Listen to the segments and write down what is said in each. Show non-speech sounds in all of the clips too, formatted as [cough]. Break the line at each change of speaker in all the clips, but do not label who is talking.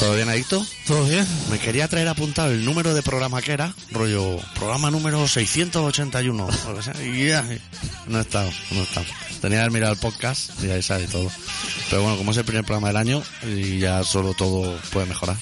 ¿Todo bien, Adicto?
¿Todo bien?
Me quería traer apuntado el número de programa que era, rollo, programa número
[laughs]
681. o lo que sea, y ya, no he estado, no he estado. Tenía que haber mirado el podcast y ahí sale todo. Pero bueno, como es el primer programa del año, y ya solo todo puede mejorar.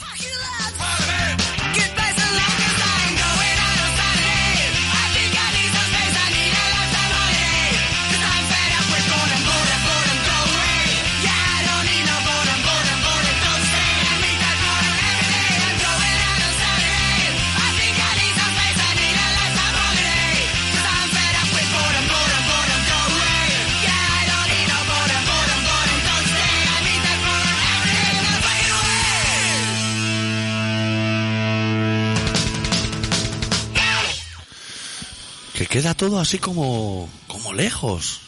Que queda todo así como, como lejos.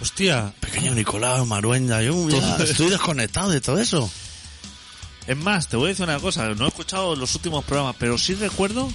Hostia.
Pequeño Nicolás, Maruenda, yo ya estoy desconectado de todo eso.
Es más, te voy a decir una cosa. No he escuchado los últimos programas, pero sí recuerdo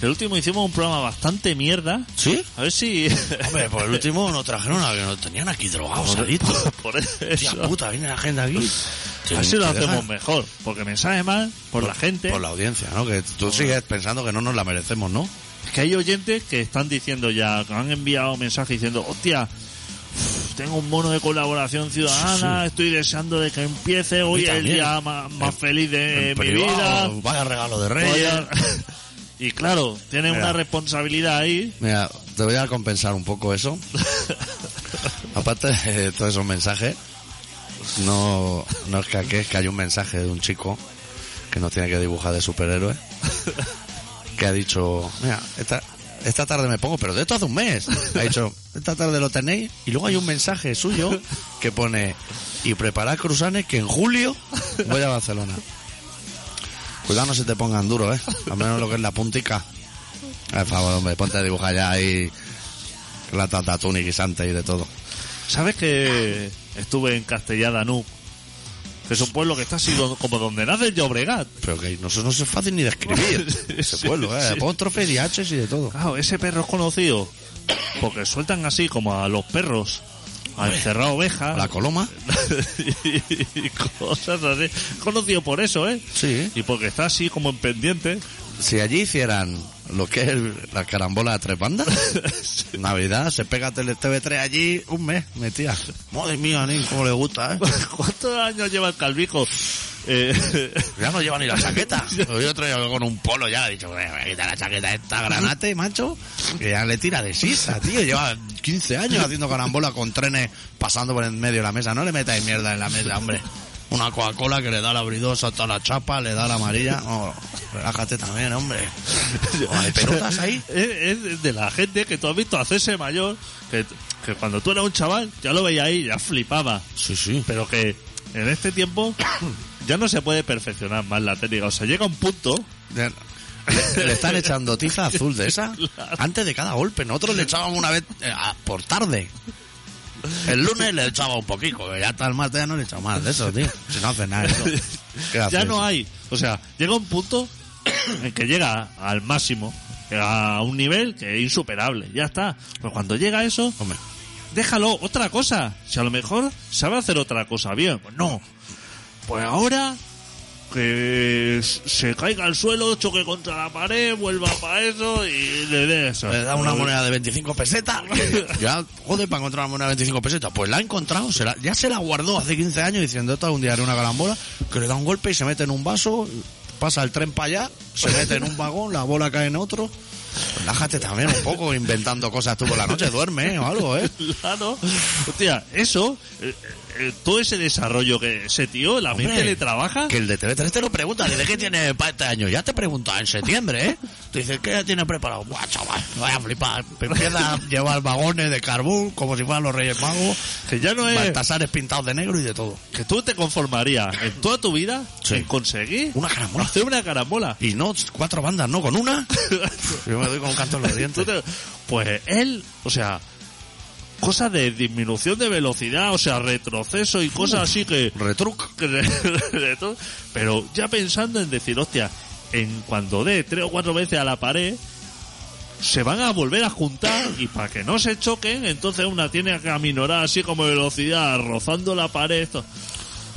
que el último hicimos un programa bastante mierda.
¿Sí?
A ver si... [laughs]
Hombre, por el último nos trajeron a que nos tenían aquí drogados, Adicto.
Por
Hostia
eso.
puta, viene la gente aquí.
A ver si
Te
lo
dejan
hacemos mejor. Porque me sabe mal por, la gente.
Por la audiencia, ¿no? Que tú sigues pensando que no nos la merecemos, ¿no?
Es que hay oyentes que están diciendo ya, que han enviado mensajes diciendo, hostia, uf, tengo un mono de colaboración ciudadana, estoy deseando de que empiece hoy es el
también.
día más, más
En-
feliz
En
de Eh, mi
privado,
vida.
Vaya regalo de
Voy
Reyes.
a- [laughs] Y claro, tienen
Mira.
una responsabilidad ahí.
Mira, te voy a compensar un poco eso. Aparte de todos esos mensajes, no, no es que aquí, es que hay un mensaje de un chico que nos tiene que dibujar de superhéroe, que ha dicho, mira, esta, esta tarde me pongo, pero de esto hace un mes. Ha dicho, esta tarde lo tenéis, y luego hay un mensaje suyo que pone, y preparad cruzanes que en julio voy a Barcelona. Cuidado no se te pongan duro, eh. Al menos lo que es la puntica. Por favor, hombre, ponte a dibujar ya ahí la tata y guisante y de todo.
¿Sabes que estuve en Castellada Nu? Que es un pueblo que está así do- como donde nace Llobregat.
Pero que no, se- no es fácil ni de escribir. Ese
[laughs] Sí,
pueblo, eh.
sí.
Apóstrofe y H's y de todo.
Claro, ese perro es conocido. Porque sueltan así como a los perros. A encerrar ovejas.
¿A la coloma?
[laughs] y cosas así. Conocido por eso, ¿eh?
Sí.
Y porque está así como en pendiente. [laughs]
Si allí hicieran lo que es el- la carambola de tres bandas,
[laughs]
Navidad, se pega Tele- TV3 allí un mes, metía. Madre mía, Nin, cómo le gusta, eh.
¿Cuántos años lleva el calvico? Eh,
Ya no lleva ni la chaqueta. Yo otro día con un polo ya, he dicho, "Voy a quitar la chaqueta de esta granate, macho. Que ya le tira de sisa, tío. Lleva 15 años haciendo carambola con trenes pasando por en medio de la mesa. No le metáis mierda en la mesa, hombre. Una Coca-Cola que le da la bridosa hasta la chapa, le da la amarilla. No, relájate también, hombre. Oh, ¿Hay pelotas ahí?
[laughs] Es, es de la gente que tú has visto hacerse mayor, que, que cuando tú eras un chaval ya lo veía ahí, ya flipaba.
Sí, sí.
Pero que en este tiempo ya no se puede perfeccionar más la técnica. O sea, llega un punto.
Le, le están echando tiza azul de
[laughs]
esa antes de cada golpe. Nosotros le echábamos una vez eh, a- por tarde. El lunes le echaba un poquito, que ya hasta el martes ya no le echaba más de eso, tío. Si no hace nada
[laughs]
eso. ¿Qué haces?
Ya no hay. O sea, llega un punto en que llega al máximo. Llega a un nivel que es insuperable. Ya está. Pero cuando llega a eso,
Hombre,
déjalo, otra cosa. Si a lo mejor sabe hacer otra cosa bien, pues no. Pues ahora que s- se caiga al suelo, choque contra la pared, vuelva para eso y le dé eso.
le da una moneda de 25 pesetas. Ya, joder, para encontrar una moneda de 25 pesetas. Pues la ha encontrado, se la- ya se la guardó hace 15 años diciendo esto un día haré una carambola, que le da un golpe y se mete en un vaso, pasa el tren para allá, se mete en un vagón, la bola cae en otro. relájate también un poco inventando cosas tú por la noche, duerme o algo, ¿eh?
Claro. Hostia, eso, eh, eh, todo ese desarrollo que ese tío, la mente le trabaja.
Que el de TV3 te lo pregunta, ¿desde qué tiene para este año? Ya te pregunta en septiembre, ¿eh? Te dice, ¿qué ya tiene preparado? Buah, chaval, vaya a flipar. Te empieza a llevar vagones de carbón como si fueran los Reyes Magos.
Que ya no es.
Baltasares pintados de negro y de todo.
Que tú te conformarías en toda tu vida
Sí.
en conseguir
Una carambola.
hacer una carambola.
[laughs] Y no cuatro bandas, no con una. Yo me doy con un canto en los
Tú
dientes.
te- Pues él, o sea, cosas de disminución de velocidad, o sea, retroceso y cosas así que...
Retruc.
[laughs] que de- de todo. Pero ya pensando en decir, hostia, en cuando dé tres o cuatro veces a la pared, se van a volver a juntar y para que no se choquen, entonces una tiene que aminorar así como velocidad, rozando la pared. esto.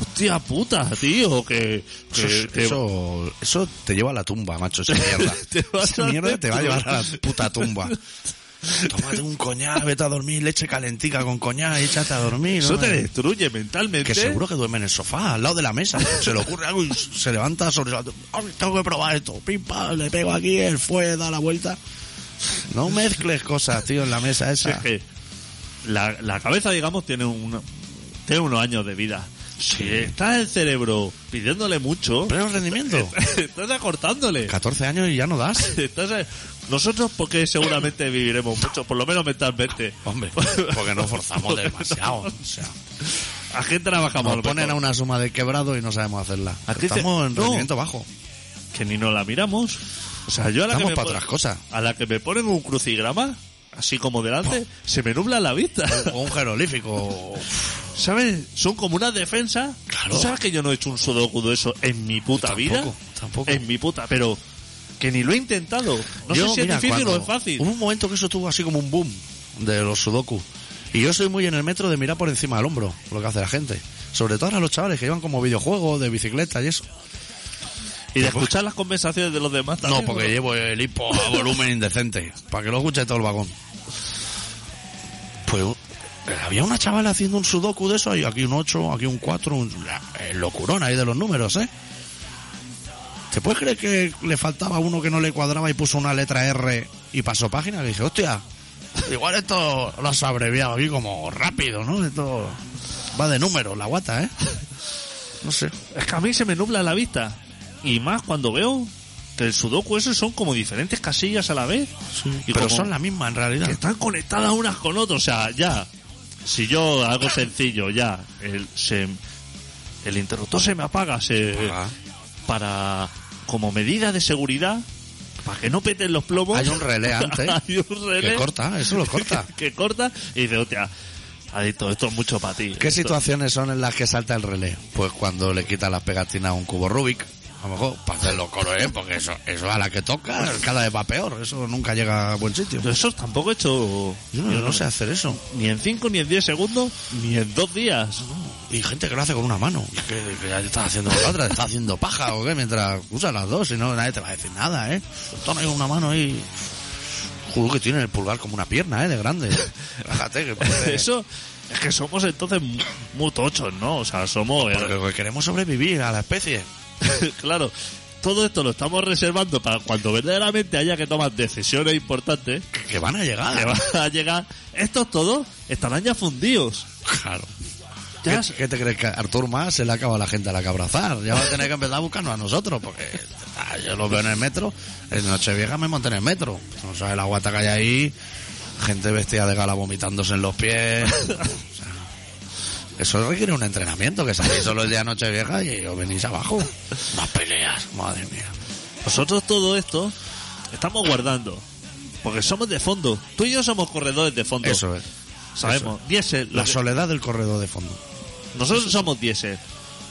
Hostia puta, tío, que... que-
Eso, es-
que-
eso, eso te lleva a la tumba, macho, esa mierda.
[laughs] Te vas
esa
[laughs] a la
mierda te va a
tumba.
llevar a la puta tumba. Tómate un coñac, vete a dormir, leche calentica con coñac, échate a dormir.
Eso
¿no?
te destruye mentalmente.
Que seguro que duerme en el sofá, al lado de la mesa. Se le ocurre algo y se levanta sobre la... Ay, tengo que probar esto. Pim, pam, le pego aquí, el fue, da la vuelta. No mezcles cosas, tío, en la mesa
Si es
esa.
que la, la cabeza, digamos, tiene, un, tiene unos años de vida. Si está el cerebro pidiéndole mucho,
Pleno rendimiento.
[laughs] estás acortándole.
14 años y ya no das.
Estás- nosotros porque seguramente viviremos mucho, por lo menos mentalmente.
[laughs] Hombre, porque no forzamos demasiado. O sea,
¿A qué trabajamos?
nos ponen a una suma de quebrado y no sabemos hacerla.
Aquí te-
Estamos en
no.
rendimiento bajo.
Que ni nos la miramos. O sea, yo a la, que
Estamos
me
para
pon-
otras
[laughs]
cosas.
a la que me ponen un crucigrama, así como delante, se me nubla la vista.
O un jeroglífico.
¿Sabes? Son como una defensa.
Claro.
¿Tú sabes que yo no he hecho un sudoku de eso en mi puta
Tampoco,
vida?
tampoco.
En mi puta, pero que ni lo he intentado. No
Yo,
sé si
mira,
es difícil o
cuando-
es fácil.
Hubo un momento que eso tuvo así como un boom de los sudoku. Y yo soy muy en el metro de mirar por encima del hombro, lo que hace la gente. Sobre todo ahora los chavales que llevan como videojuegos de bicicleta y eso.
Y de escuchar las conversaciones de los demás
No,
también.
porque llevo el hipo a volumen indecente. Para que lo escuche todo el vagón. Pues eh, había una chavala haciendo un sudoku de eso. Y aquí un 8, aquí un 4. Un, la- el locurón ahí de los números, ¿eh? ¿Te puedes creer que le faltaba uno que no le cuadraba y puso una letra R y pasó página? Que dije, hostia, igual esto lo has abreviado aquí como rápido, ¿no? Esto va de números, la guata, ¿eh? [laughs] No sé.
Es que a mí se me nubla la vista. Y más cuando veo que el sudoku esos son como diferentes casillas a la vez. Y
Pero
como
son la misma en realidad.
que están conectadas unas con otras. O sea, ya. Si yo hago sencillo, ya. El, se- el interruptor se me apaga. Se,
Ah.
para como medida de seguridad para que no peten los plomos
Hay un relé antes.
[laughs] hay un relé
Que corta, eso lo corta.
que corta y dice hostia adicto esto es mucho para ti
¿Qué
Esto-
situaciones son en las que salta el relé? Pues cuando le quita las pegatinas a un cubo Rubik, a lo mejor, para hacerlo coro,
[laughs]
¿eh? porque eso, eso a la que toca cada vez va peor, eso nunca llega a buen sitio.
Yo eso tampoco he hecho
Yo no,
yo
yo no sé hacer eso.
ni en 5 ni en 10 segundos ni en dos días [laughs]
Y gente que lo hace con una mano. Y que, que ya te estás haciendo con la otra, te estás haciendo paja o qué, mientras usas las dos, si no nadie te va a decir nada, ¿eh? Toma ahí con una mano y... Juro que tiene el pulgar como una pierna, ¿eh? De grande. Fíjate
[laughs]
que parece-
eso es que somos entonces mu- muy tochos no o sea somos eh,
Porque queremos sobrevivir a la especie.
[laughs] claro todo esto lo estamos reservando para cuando verdaderamente haya que tomar decisiones importantes
Que, que van a llegar.
que va a llegar. Estos todos estarán ya fundidos.
Claro.
Ya
¿Qué,
se-
qué te crees que Artur más se le acaba a la gente a la que abrazar? Ya va a tener que empezar a buscarnos a nosotros, porque ah, yo lo veo en el metro. En Nochevieja me monté en el metro. No sabes la guata que hay ahí, gente vestida de gala vomitándose en los
[laughs]
pies. O sea, eso requiere un entrenamiento, que salís solo el día de Nochevieja y os venís abajo. Unas peleas, madre mía.
Nosotros todo esto estamos guardando. Porque somos de fondo. Tú y yo somos corredores de fondo.
Eso es.
Sabemos. Diésel. lo
La
que-
soledad del corredor de fondo.
Nosotros somos diésel.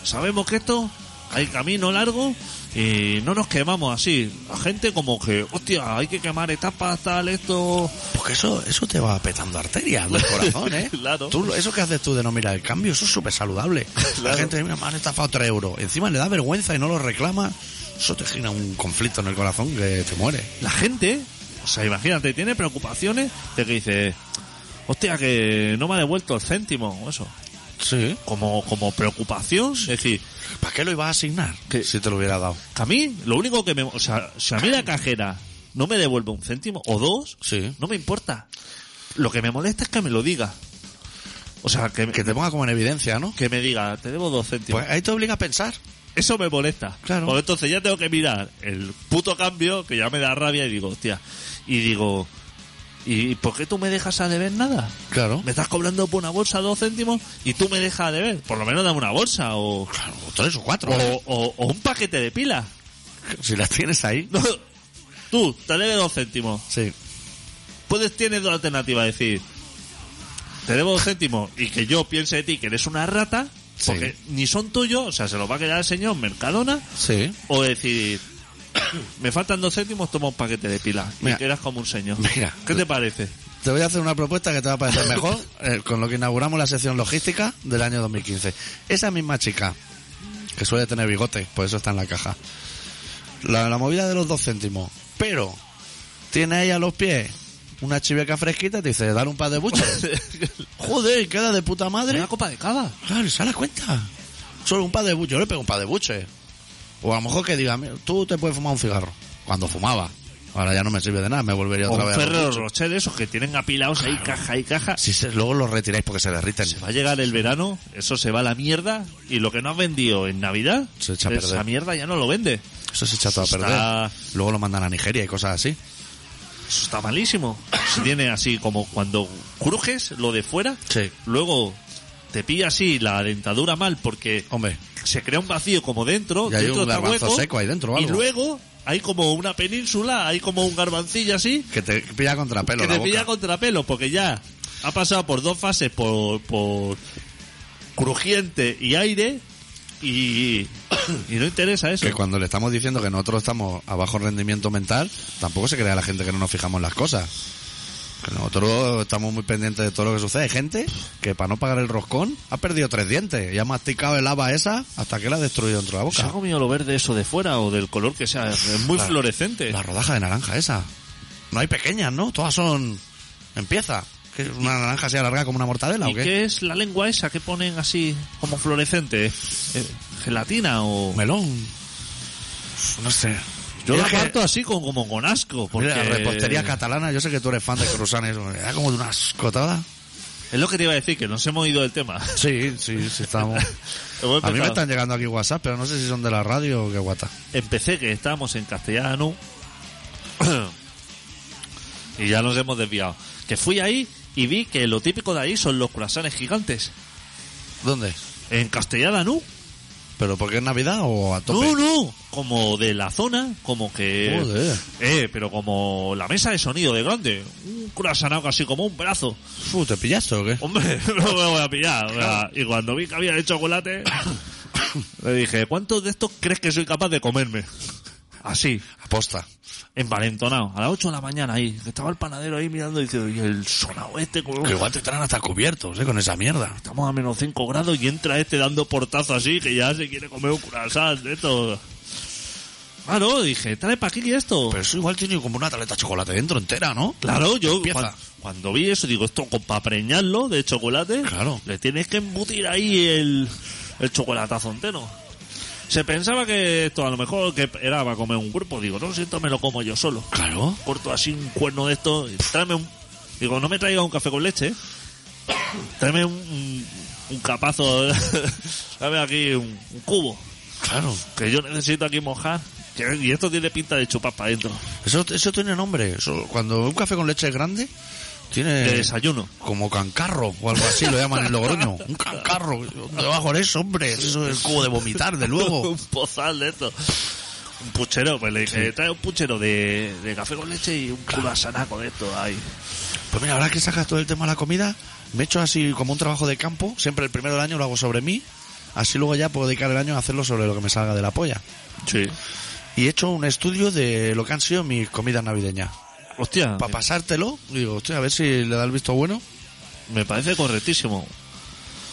Sabemos que esto hay camino largo y no nos quemamos así. La gente como que, hostia, hay que quemar etapas, tal, esto...
Porque eso, eso te va petando arterias del corazón, ¿eh?
Claro.
Tú- eso que haces tú de no mirar el cambio, eso es súper saludable. La
Claro.
gente, mira, me han estafado 3 euros. Encima le da vergüenza y no lo reclama. Eso te genera un conflicto en el corazón que te muere.
la gente, o sea, imagínate, tiene preocupaciones de que dice, hostia, que no me ha devuelto el céntimo o eso.
Sí.
Como, como preocupación, es decir,
¿Para qué lo ibas a asignar?
¿Qué?
Si te lo hubiera dado.
Que a mí, lo único que me... O sea, si a mí la cajera no me devuelve un céntimo o dos,
Sí.
no me importa. Lo que me molesta es que me lo diga. O sea, que, me-
Que te ponga como en evidencia, ¿no?
que me diga, te debo dos céntimos.
Pues ahí te obliga a pensar.
Eso me molesta.
Claro.
Porque entonces ya tengo que mirar el puto cambio que ya me da rabia y digo, hostia. Y digo, ¿y por qué tú me dejas a deber nada?
Claro.
Me estás cobrando por una bolsa dos céntimos y tú me dejas a deber. Por lo menos dame una bolsa o,
Claro, o tres o cuatro. ¿eh?
o, o- o un paquete de pilas. [laughs]
Si las tienes ahí.
No, tú, te debes dos céntimos.
Sí.
Puedes, tienes dos alternativas. Decir, te debo dos céntimos y que yo piense de ti que eres una rata,
Sí.
porque ni son tuyos, o sea, se los va a quedar el señor Mercadona.
Sí.
O decir, [coughs] me faltan dos céntimos, toma un paquete de pilas. Y
Mira.
quedas como un señor.
Mira.
¿Qué te
[laughs]
parece?
Te voy a hacer una propuesta que te va a parecer
[laughs]
mejor, eh, con lo que inauguramos la sección logística del año 2015. Esa misma chica, que suele tener bigote, por eso está en la caja. La, la movida de los dos céntimos. Pero, tiene ahí a los pies una chiveca fresquita y te dice, dar un par de
[laughs]
buches. Joder, queda de puta madre.
Una copa de cava.
Claro, y se da cuenta. Solo un par de buches. Yo le pego un par de buches. O a lo mejor que diga, "Mira, tú te puedes fumar un cigarro. Cuando fumaba. Ahora ya no me sirve de nada, me volvería
O
otra
un
vez. a los
Ferrero
buches.
Rocher de esos que tienen apilados ahí caja y caja.
Si se- luego los retiráis porque se derriten.
Va a llegar el verano, eso se va a la mierda y lo que no has vendido en Navidad,
Se echa a perder.
esa mierda ya no lo vende.
Eso se echa todo a
Está-
perder. Luego lo mandan a Nigeria y cosas así.
Eso está malísimo. Se tiene así como cuando crujes lo de fuera,
Sí.
luego te pilla así la dentadura mal porque
Hombre,
se crea un vacío como dentro,
Y hay
dentro
un
está
garbanzo
hueco,
seco ahí dentro o
y
algo.
luego hay como una península, hay como un garbancillo así
que te pilla contrapelo
que
la
te
boca.
pilla contrapelo porque ya ha pasado por dos fases por, por crujiente y aire y, [coughs] y no interesa eso.
Que cuando le estamos diciendo que nosotros estamos a bajo rendimiento mental, tampoco se crea la gente que no nos fijamos en las cosas. Que nosotros estamos muy pendientes de todo lo que sucede. Hay gente que para no pagar el roscón ha perdido tres dientes y ha masticado el haba esa hasta que la ha destruido dentro de la
¿Se ha
boca.
comido lo verde eso de fuera o del color que sea? Es muy
La-
fluorescente.
La rodaja de naranja esa. No hay pequeñas, ¿no? Todas son... Empieza. Que es una naranja así larga como una mortadela
¿Y
o qué?
qué es la lengua esa que ponen así como fluorescente? Eh, ¿Gelatina o...?
melón. No sé.
Yo
Mira
la
que-
parto así con, como con asco porque...
mira, eh, la repostería catalana, yo sé que tú eres fan de Cruzanes. Era como de una escotada.
Es lo que te iba a decir, que nos hemos ido
[laughs]
del tema.
Sí, sí, sí, estamos. [laughs]
Hemos
A mí me
empezado-
están llegando aquí WhatsApp, pero no sé si son de la radio o qué guata.
empecé que estábamos en castellano [coughs] y ya nos hemos desviado. Que fui ahí y vi que lo típico de ahí son los corazones gigantes.
¿Dónde?
En castellano,
¿Pero porque es Navidad o a tope?
no, no, como de la zona, como que.
Joder.
Eh, pero como la mesa de sonido de grande. Un corazonado casi como un brazo.
Fu, ¿Te pillaste o qué?
Hombre, [laughs] no me voy a pillar. o sea, y cuando vi que había
[coughs]
de chocolate, le dije, ¿cuántos de estos crees que soy capaz de comerme? Así.
Aposta.
envalentonado, a las 8 de la mañana ahí, que estaba el panadero ahí mirando y dice, y el sonado este, como-
Que igual te traen hasta cubiertos, ¿eh? Con esa mierda.
estamos a menos 5 grados y entra este dando portazo así, que ya se quiere comer un curasán de esto. Ah, no, dije, trae pa' aquí esto.
Pero eso igual tiene como una tableta de chocolate dentro entera, ¿no?
claro, yo
Empieza.
cuan- cuando, vi eso, digo, esto para preñarlo de chocolate,
Claro.
le tienes que embutir ahí el, el chocolatazo entero. Se pensaba que esto a lo mejor que era para comer un cuerpo, digo, no, si esto me lo como yo solo.
Claro.
corto así un cuerno de esto, y tráeme un... Digo, no me traiga un café con leche, [coughs] ¿eh? tráeme un, un, un capazo, [laughs] tráeme aquí un, un cubo,
Claro.
que yo necesito aquí mojar. Que- Y esto tiene pinta de chupar para adentro,
Eso, eso tiene nombre. Eso, cuando un café con leche es grande, tiene.
de desayuno.
Como cancarro o algo así lo llaman en Logroño. Un cancarro. Debajo de eso, hombre. Eso es cubo de vomitar, de luego.
[laughs] un pozal de esto. Un puchero, pues le dije, trae un puchero de, de café con leche y un cubasanaco de esto ahí.
Pues mira, ahora que sacas todo el tema de la comida, me echo así como un trabajo de campo. Siempre el primero del año lo hago sobre mí. Así luego ya puedo dedicar el año a hacerlo sobre lo que me salga de la polla.
Sí.
Y he hecho un estudio de lo que han sido mis comidas navideñas.
Hostia,
Para pasártelo, digo, hostia, a ver si le da el visto bueno.
me parece correctísimo.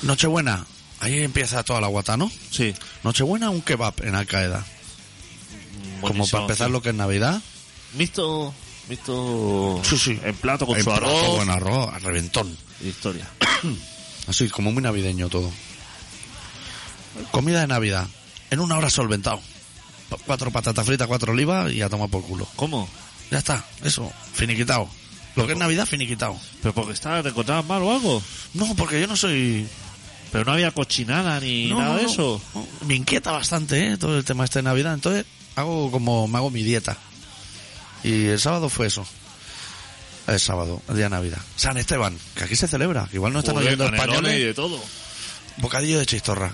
Nochebuena. Ahí empieza toda la guata, ¿no?
Sí.
Nochebuena, un kebab en Al-Qaeda. Como para empezar lo que es Navidad.
Mixto, mixto
Sí, sí.
en plato con
En
su
plato
arroz
Con arroz, a reventón.
historia.
Así, como muy navideño todo. Comida de Navidad. En una hora solventado. Pa- Cuatro patatas fritas, cuatro olivas y a tomar por culo.
¿Cómo?
Ya está, eso, finiquitado. Lo que es Navidad, finiquitado.
Pero porque estaba, te encontrabas mal o algo.
No, porque yo no soy.
Pero no había cochinada ni
no,
nada
no,
de
no.
eso.
No, Me inquieta bastante, ¿eh? Todo el tema este de Navidad. Entonces, hago como. Me hago mi dieta. Y el sábado fue eso. El sábado, el día de Navidad. San Esteban, que aquí se celebra. que Igual no están
Joder,
oyendo
canelones y
españoles.
de todo.
Bocadillo de chistorra.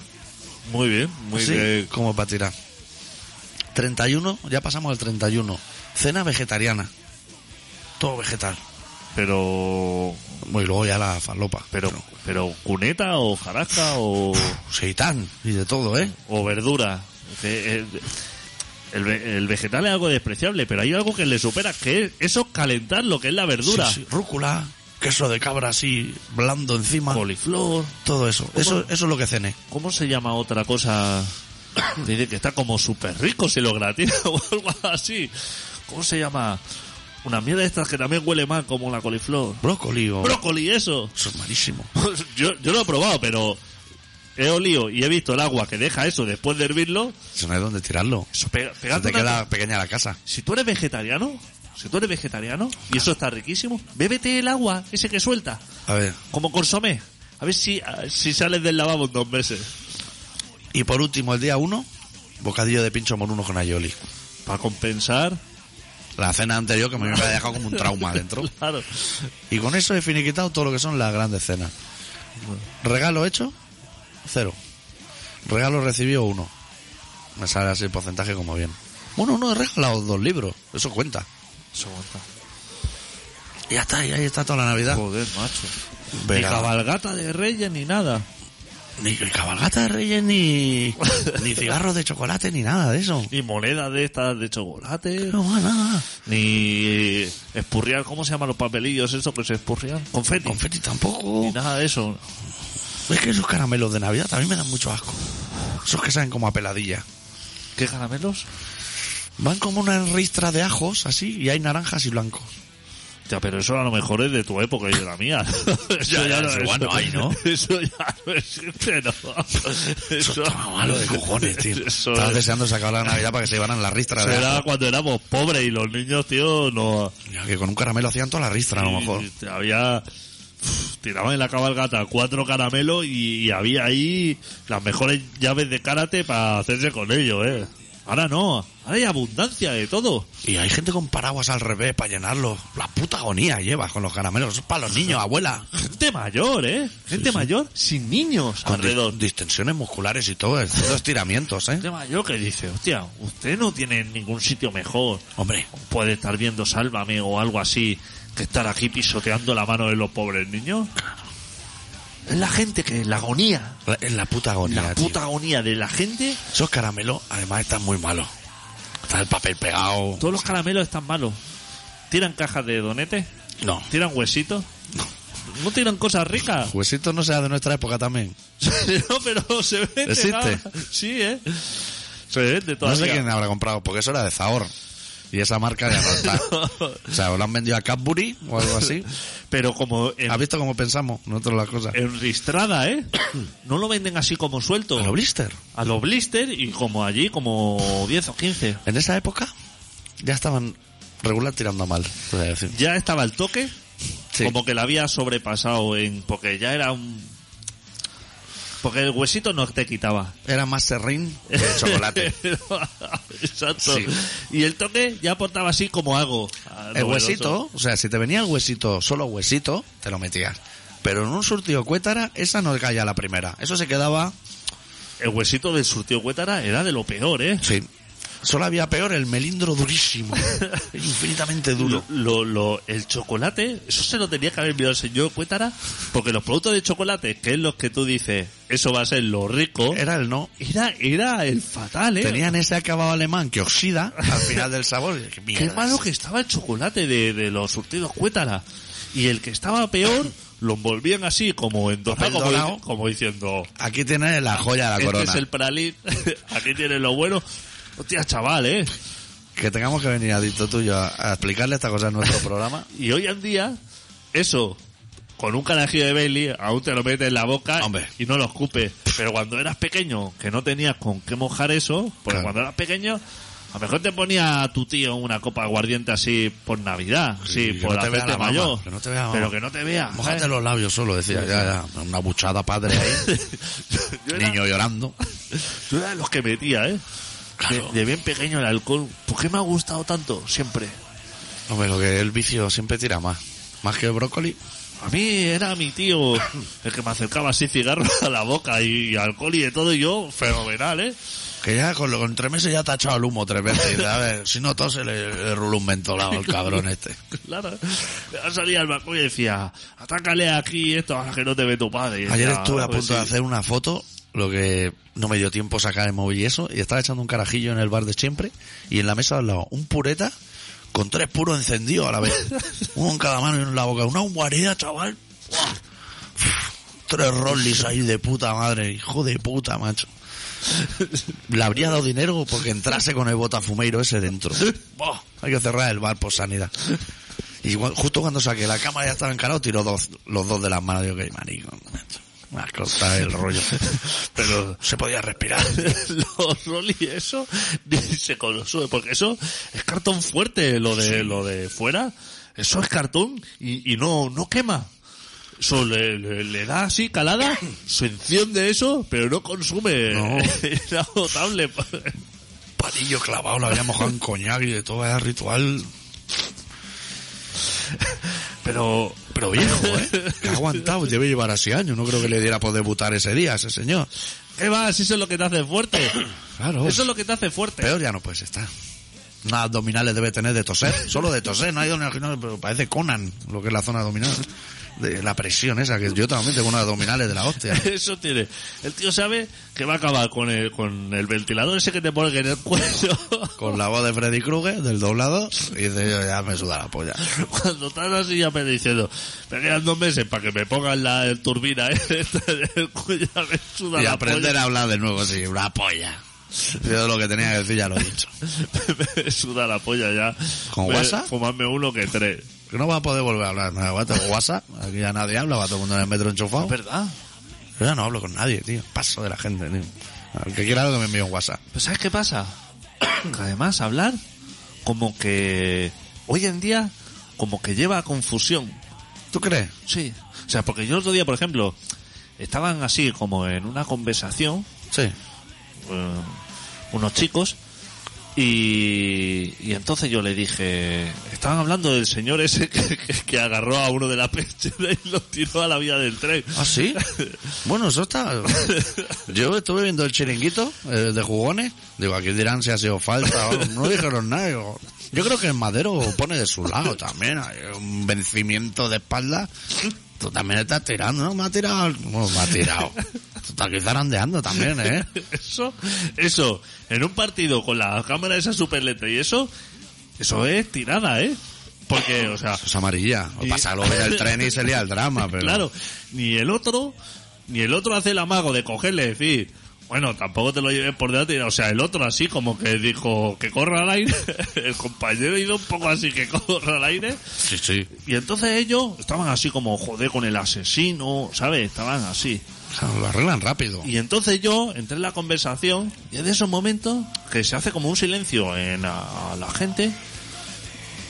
Muy bien, muy
Sí,
bien.
como para tirar. 31, ya pasamos al 31. Cena vegetariana. Todo vegetal.
Pero,
Y luego ya la falopa.
pero, pero cuneta o jarasca o,
Seitán y de todo, ¿eh?
o verdura. Que, eh, El, ve- el vegetal es algo despreciable, pero hay algo que le supera, que es eso es calentar lo que es la verdura.
Sí, sí, Rúcula, queso de cabra así, blando encima.
Coliflor.
Todo eso. Eso, eso es lo que cené.
¿Cómo se llama otra cosa? Dice que está como súper rico si lo gratina [laughs] o algo así. ¿Cómo se llama? Una mierda de estas que también huele mal, como la coliflor.
Brócoli o...
Brócoli, eso. [laughs]
Eso es malísimo.
Yo, yo lo he probado, pero he olido y he visto el agua que deja eso después de hervirlo.
Eso no hay dónde tirarlo.
Eso pega,
Se
pegando
te
una-
queda pequeña la casa.
Si tú eres vegetariano, si tú eres vegetariano, y eso está riquísimo, bébete el agua, ese que suelta,
A ver.
como consomé. A ver si, a- si sales del lavabo en dos meses.
Y por último, el día 1, bocadillo de pincho moruno con aioli.
Para compensar.
La cena anterior que me había dejado como un trauma dentro.
Claro.
Y con eso he finiquitado todo lo que son las grandes cenas. Regalo hecho, cero. Regalo recibido, uno. Me sale así el porcentaje como bien. Bueno, uno he regalado dos libros, eso cuenta.
Eso aguanta.
Y ya está, y ahí está toda la Navidad.
Joder, macho.
Verá.
Ni cabalgata de reyes ni nada.
Ni cabalgata de reyes, ni, ni cigarros de chocolate, ni nada de eso.
Ni moneda de estas de chocolate.
No, nada, nada.
Ni espurriar. ¿Cómo se llaman los papelillos esos que se espurrían? Confeti.
Confeti
Ni
tampoco.
nada de eso.
Es que esos caramelos de Navidad también me dan mucho asco. Esos que saben como a peladilla.
¿Qué caramelos?
Van como una ristra de ajos, así, y hay naranjas y blancos.
Ya, pero eso a lo mejor es de tu época y de la mía. [laughs] eso
Ya, ya, eso igual no hay, ¿no?
[laughs] Eso ya no existe, ¿no?
[laughs] Eso está malo [laughs] de cojones, tío.
Eso
Estaba
es-
deseando sacar la Navidad para que se llevaran la ristra de
Era
ajo.
cuando éramos pobres y los niños, tío, no...
Ya Que con un caramelo hacían toda la ristra, a lo mejor.
Y te había. uf, Tiraban en la cabalgata cuatro caramelos y, y había ahí las mejores llaves de karate para hacerse con ellos, ¿eh? Ahora no, ahora hay abundancia de todo.
Y hay gente con paraguas al revés para llenarlo. La puta agonía llevas con los caramelos. Eso es para los niños, abuela.
Gente mayor, ¿eh? Gente mayor sin niños
Con di-
alrededor.
distensiones musculares y todo. Dos estiramientos, ¿eh?
Gente mayor que dice, hostia, usted no tiene ningún sitio mejor.
Hombre,
Puede estar viendo Sálvame o algo así que estar aquí pisoteando la mano de los pobres niños. Es la gente que, la agonía,
la- es la puta agonía.
la
tío.
puta agonía de la gente
Esos caramelos, además, están muy malos. Está el papel pegado.
Todos los caramelos están malos. Tiran cajas de donetes,
No.
tiran huesitos. No tiran cosas ricas. [laughs]
Huesitos no sea de nuestra época también.
no, pero se vende.
¿Existe?
nada. Sí, ¿eh? Se vende
No
todavía.
sé quién habrá comprado, porque eso era de Zahor. Y esa marca ya no
[laughs]
está. O sea, o lo han vendido a Cadbury o algo así.
Pero como [laughs] en,
¿Has visto cómo pensamos nosotros las cosas?
en ristrada, ¿eh? [coughs] No lo venden así como suelto.
Pero blister.
A los blister y como allí, como 10 o 15.
En esa época ya estaban regular tirando a mal. te voy a decir.
Ya estaba el toque,
Sí.
como que la había sobrepasado en porque ya era un... Porque el huesito no te quitaba.
Era más serrín que de chocolate.
[laughs] Exacto.
Sí.
Y el toque ya aportaba así como algo. ah,
el
novedoso.
huesito, o sea, si te venía el huesito, solo huesito, te lo metías. Pero en un surtido cuétara, esa no caía la primera. Eso se quedaba...
El huesito del surtido Cuétara era de lo peor, ¿eh?
Sí. Solo había peor el melindro
[laughs]
durísimo. infinitamente duro.
Lo- lo- el chocolate, eso se lo tenía que haber enviado el señor Cuétara, porque los productos de chocolate, que es los que tú dices, eso va a ser lo rico,
Era el no.
era, era el fatal, ¿eh?
Tenían ese acabado alemán que oxida al final del sabor. Y, qué
Qué
mierda
malo
es.
que estaba el chocolate de, de los surtidos Cuétara. Y el que estaba
[coughs]
peor, lo envolvían así, como en dos
Papel dorado.
como diciendo,
Aquí tienes la joya de la
Este
corona.
es el pralín. [laughs] Aquí tienes lo bueno. Hostia, chaval, ¿eh?
Que tengamos que venir adicto tuyo a, a explicarle esta cosa en nuestro
[laughs]
programa.
Y hoy en día, eso, con un canajillo de Bailey, aún te lo metes en la boca
Hombre.
y no lo escupes. Pero cuando eras pequeño, que no tenías con qué mojar eso, porque
Claro.
cuando eras pequeño, A lo mejor te ponía a tu tío una copa aguardiente así por Navidad, sí,
que
por
no te vea
hacerte
la mamá,
mayor.
que no te vea la mamá.
pero que no te vea.
Mojate
¿eh?
los labios solo, decía. Ya, ya, una buchada padre ahí.
[laughs] Yo era-
niño llorando.
Yo era de los que metía, ¿eh?
Claro.
De, de bien pequeño el alcohol. ¿Por qué me ha gustado tanto? Siempre.
Hombre, lo que el vicio siempre tira más. Más que el brócoli.
A mí era mi tío el que me acercaba así cigarro [laughs] a la boca y, alcohol y de todo. Y yo, fenomenal, ¿eh?
Que ya con, lo- con tres meses ya te ha echado el humo tres veces. Y dice, a ver, si no tose le, le rulo un mentolado al cabrón este.
Claro. Ya salía al balcón y decía, atácale aquí esto ahora que no te ve tu padre. Y
Ayer
decía,
estuve a
pues
punto de
sí.
hacer una foto, lo que no me dio tiempo sacar el móvil y eso, y estaba echando un carajillo en el bar de siempre, y en la mesa de al lado, un pureta con tres puros encendidos a la
[laughs]
vez. Uno en cada mano y uno en la boca. Una guarida, chaval. ¡Buah! Tres rollis ahí de puta madre, hijo de puta, macho. Le habría dado dinero porque entrase con el botafumeiro ese dentro.
[laughs]
¡Buah! Hay que cerrar el bar por sanidad. Y cu- justo cuando saqué la cámara ya estaba encarado, tiró dos, los dos de las manos. Digo, que marico. macho. Me has cortado el rollo. Pero se podía respirar.
los Rolly eso [laughs] ni se consume porque eso es cartón fuerte lo de lo de fuera eso es cartón y, y no no quema eso le, le- le da
[coughs]
así calada se enciende eso pero no consume [laughs]
No.
es agotable
Palillo clavado, lo había mojado en coñac y de todo era ritual.
pero
Pero viejo, ¿eh? Que ha aguantado, debe llevar así años. No creo que le diera por debutar ese día a ese señor.
qué va si eso es lo que te hace
[coughs]
fuerte
Claro.
eso es lo que te hace fuerte
Peor ya no puedes estar. Unas abdominales debe tener de toser, solo de toser, no ha ido ni al gimnasio, pero parece Conan, lo que es la zona abdominal. De la presión esa, que yo también tengo unas abdominales de la hostia.
[laughs] Eso tiene. El tío sabe que va a acabar con el, con el ventilador ese que te pone en el cuello. [laughs]
Con la voz de Freddy Krueger, del doblado, y dice, yo ya me suda la polla.
Cuando estás así ya me diciendo, me quedan dos meses para que me pongan la el turbina [laughs] ¿eh? en el cuello, me suda
Y
la
aprender a hablar de nuevo, sí, una polla. Yo lo que tenía que decir ya lo he dicho.
polla. [laughs] Me suda la polla ya.
¿Con
Me-
guasa?
Fumarme uno que tres.
Que no va a poder volver a hablar nada, va a tener WhatsApp, aquí ya nadie habla, va todo el mundo en el metro enchufado.
Oh. ¿Verdad?
Yo ya no hablo con nadie, tío, paso de la gente, tío. Al que quiera que me envíe un WhatsApp.
Pero Pues, ¿sabes qué [coughs] pasa? Que además hablar como que hoy en día como que lleva a confusión.
¿Tú crees?
Sí. O sea, porque yo el otro día, por ejemplo, estaban así como en una conversación
Sí.
eh, unos chicos y, y entonces yo le dije, estaban hablando del señor ese [laughs] que, que- que agarró a uno de la pechera y lo tiró a la vía del tren.
¿Ah,
[laughs]
sí? Bueno, eso está... Yo estuve viendo el chiringuito, el de jugones. Digo, aquí dirán si ha sido falta. o algo. No dijeron nada. digo, Yo creo que el Madero pone de su lado también. Hay un vencimiento de espalda. Tú también estás tirando, ¿no? Me ha tirado... Bueno, me ha tirado. Tú estás aquí zarandeando también, ¿eh?
[laughs] Eso, eso, en un partido con la cámara esa superlenta y eso, eso es tirada, ¿eh? Porque, o sea,
Eso es amarilla. O pasa luego en el tren y se lía el drama, pero...
Claro, ni el otro, ni el otro hace el amago de cogerle y decir, bueno, tampoco te lo lleves por delante. O sea, el otro así como que dijo que corra al aire, [laughs] el compañero hizo un poco así que corra al aire.
Sí, sí.
Y entonces ellos estaban así como, joder, con el asesino, ¿sabes? Estaban así.
O sea, lo arreglan rápido.
Y entonces yo entré en la conversación y es de esos momentos que se hace como un silencio en a- a la gente.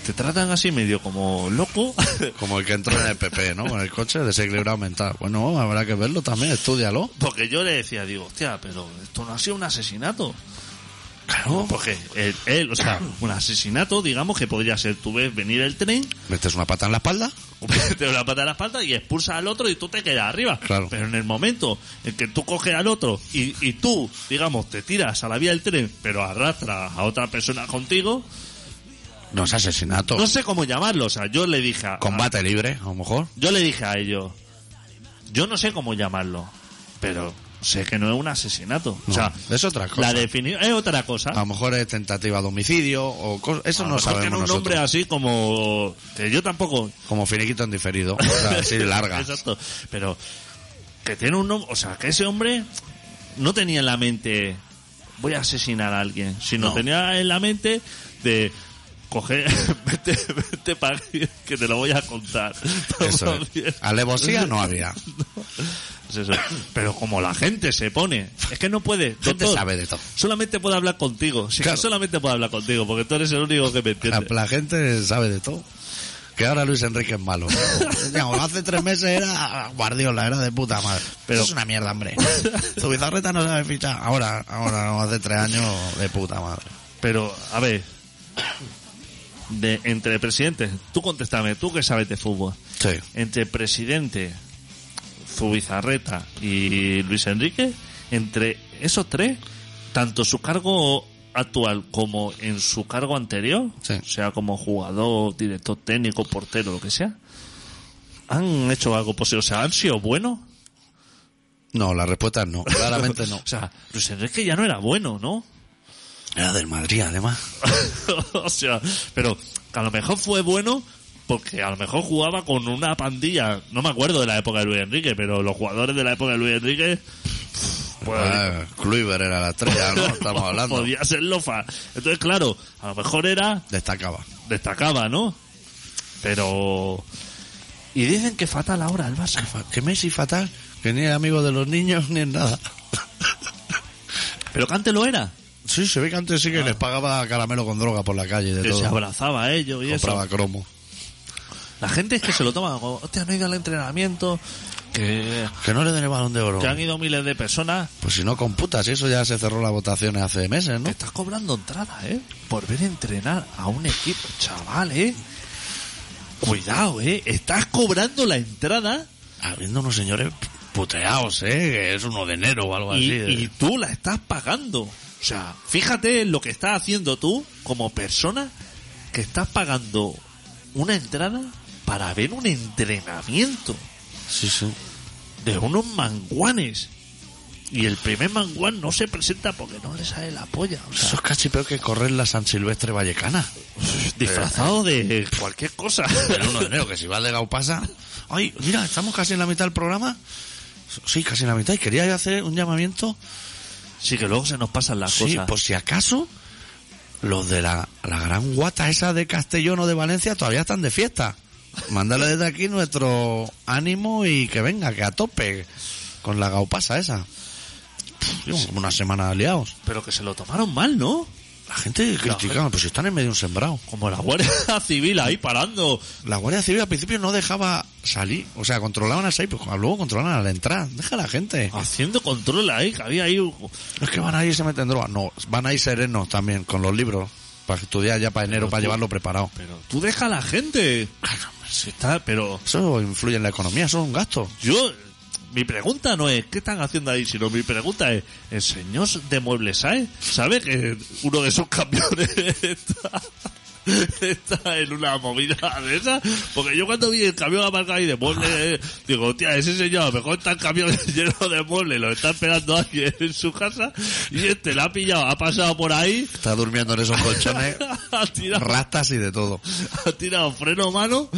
Te tratan así medio como loco. [laughs]
Como el que entró en el PP, ¿no? Con el coche desequilibrado mental. Bueno, habrá que verlo también, estudialo.
Porque yo le decía, digo, hostia, pero esto no ha sido un asesinato.
Claro.
Porque él, él, o sea, un asesinato, digamos, que podría ser, tú ves venir el tren,
Metes una pata en la espalda, [laughs]
te da la pata en la espalda y expulsa al otro y tú te quedas arriba.
Claro.
Pero en el momento en que tú coges al otro y, y tú, digamos, te tiras a la vía del tren, pero arrastras a otra persona contigo,
no es asesinato.
no sé cómo llamarlo. O sea, yo le dije a,
Combate libre, a lo mejor.
yo le dije a ellos, yo no sé cómo llamarlo, pero sé que no es un asesinato.
No,
o sea,
es otra cosa.
la definición es otra cosa.
A lo mejor es tentativa de homicidio o cosas. Eso
A
no
lo mejor
sabemos
tiene un
nosotros.
nombre así como que yo tampoco
Como finiquito en diferido. O sea, así larga.
[laughs] Exacto. Pero que tiene un nombre, o sea, que ese hombre no tenía en la mente voy a asesinar a alguien, sino
No.
tenía en la mente de coger, [laughs] vete, vete para que te lo voy a contar. [laughs]
Eso es. Alevosía no había.
O es Pues eso. Pero como la gente se pone, es que no puede.
Gente
doctor,
sabe de todo.
Solamente puedo hablar contigo. Sí,
Claro.
solamente puedo hablar contigo, porque tú eres el único que
La,
me entiende.
la gente sabe de todo. Que ahora Luis Enrique es
[laughs]
malo. Ya, bueno, hace tres meses era Guardiola, era de puta madre.
Pero-
Eso es una mierda, hombre. [laughs] Tu bizarreta no sabe fichar. Ahora, ahora, no, hace tres años, de puta madre.
Pero, a ver, de, entre presidentes, tú contéstame, tú que sabes de fútbol,
Sí.
entre presidente, Zubizarreta y Luis Enrique, entre esos tres, tanto su cargo actual como en su cargo anterior,
Sí.
sea como jugador, director técnico, portero, lo que sea, han hecho algo posible, o sea, han sido buenos.
No, la respuesta es no. Claramente no.
[laughs] O sea, Luis Enrique ya no era bueno, ¿no?
Era del Madrid, además.
[laughs] o sea, pero que a lo mejor fue bueno porque a lo mejor jugaba con una pandilla. No me acuerdo de la época de Luis Enrique, pero los jugadores de la época de Luis Enrique. pues,
Ah, Kluivert era la estrella,
[laughs]
¿no? Estamos hablando.
Podía ser lofa. Entonces, claro, a lo mejor era.
Destacaba.
Destacaba, ¿no? Pero. Y dicen que fatal ahora el Barça.
Pues, Que Messi fatal, que ni es amigo de los niños [laughs] ni es nada.
Pero que antes lo era.
Sí, se ve que antes sí que les pagaba caramelo con droga por la calle y de
Ah. Que se
todo.
abrazaba a ellos y eso.
Compraba cromo.
La gente es que se lo toma como, hostia, no he ido al entrenamiento, que,
Que no le den el balón de oro.
que han ido miles de personas.
Pues si no computas, y eso ya se cerró las votaciones hace meses,
Te
¿no?
estás cobrando entrada, ¿eh? Por ver entrenar a un equipo, chaval, ¿eh? Cuidado, ¿eh? Estás cobrando la entrada
Habiendo unos señores puteados, ¿eh? Que es uno de enero o algo
y,
así. ¿eh?
y tú la estás pagando. O sea, fíjate en lo que estás haciendo tú como persona que estás pagando una entrada para ver un entrenamiento
Sí, sí.
de unos manguanes. Y el primer manguán no se presenta porque no le sale la polla. O sea,
Eso es casi peor que correr la San Silvestre Vallecana.
disfrazado de cualquier [laughs] cosa.
El 1 de enero, que si vas de Gaupasa... Ay, mira, estamos casi en la mitad del programa. Sí, casi en la mitad. Y quería yo hacer un llamamiento
Sí, que luego se nos pasan las
Sí,
cosas.
por si acaso, los de la, la gran guata esa de Castellón o de Valencia todavía están de fiesta. Mándale desde aquí nuestro ánimo y que venga, que a tope con la gaupasa esa. Pff, Una semana liados.
Pero que se lo tomaron mal, ¿no?
La gente criticaba, pero si están en medio de un sembrado.
Como la Guardia [laughs] Civil ahí parando.
La Guardia Civil al principio no dejaba salir, o sea, controlaban a salir, pero luego controlaban a la entrada. Deja a la gente.
Haciendo control ahí, que había ahí... un-
No Ah, es que van ahí y se meten droga. No, van ahí serenos también, con los libros, para estudiar ya para enero,
Pero
para
tú-
llevarlo preparado.
Pero tú deja a la gente. Ah, Si está, pero
Eso influye en la economía, eso es un gasto.
yo... Mi pregunta no es qué están haciendo ahí, sino mi pregunta es, ¿el señor de muebles sabe? ¿Sabe que uno de sus campeones [laughs] está, está en una movida de esas? Porque yo cuando vi el camión aparcado ahí de muebles, eh, digo, tía, ese señor a lo mejor está el camión [laughs] lleno de muebles, lo está esperando alguien en su casa y este la ha pillado, ha pasado por ahí, [laughs]
Está durmiendo en esos colchones,
ha tirado
[laughs] ratas y de todo.
[laughs] ha tirado freno a mano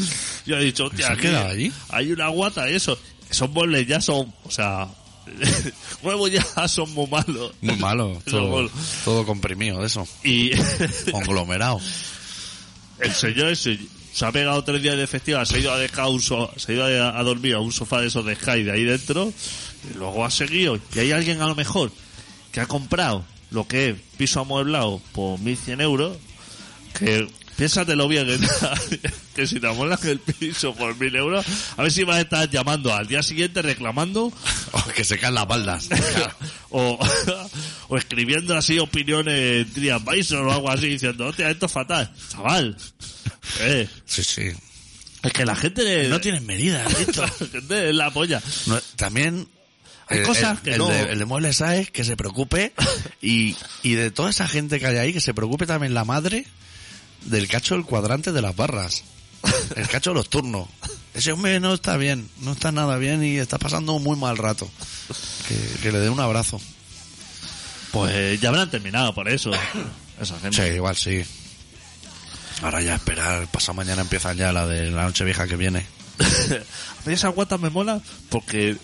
y ha dicho, hostia,
¿Se ha
aquí
quedado allí?
Hay una guata y eso. Esos muebles ya son, o sea, [laughs] huevos ya son muy malos.
Muy [laughs] malo,
Esos
todo,
muebles.
todo comprimido de eso,
Y [laughs]
conglomerado.
el señor ese se ha pegado tres días de festival, se ha ido a descanso, se ha ido a, a dormir a un sofá de esos de Sky de ahí dentro, y luego ha seguido. Y hay alguien a lo mejor que ha comprado lo que es piso amueblado por 1.100 euros, que piénsatelo bien, que, [laughs] que si te amueblas el piso por 1.000 euros, a ver si vas a estar llamando al día siguiente reclamando [laughs]
Oh, [laughs] que se caen las baldas.
o, [laughs] o escribiendo así opiniones en TripAdvisor o algo así, diciendo, hostia, esto es fatal. Chaval. Eh,
Sí, sí.
es que la gente le-
No tienen medidas,
[laughs] la gente es la polla.
No, también...
Hay
el-
cosas
el,
que
el
no-
de, el de Muebles Sáez que se
[laughs]
preocupe y, y de toda esa gente que hay ahí que se preocupe también la madre del cacho del cuadrante de las barras. El cacho de los turnos. Ese hombre no está bien, no está nada bien y está pasando un muy mal rato. Que, que le dé un abrazo.
Pues ya habrán terminado por eso. Esa
Sí,
[laughs] gente.
igual sí. Ahora ya esperar, pasado mañana empiezan ya la de la noche vieja que viene.
Y esa guata me mola porque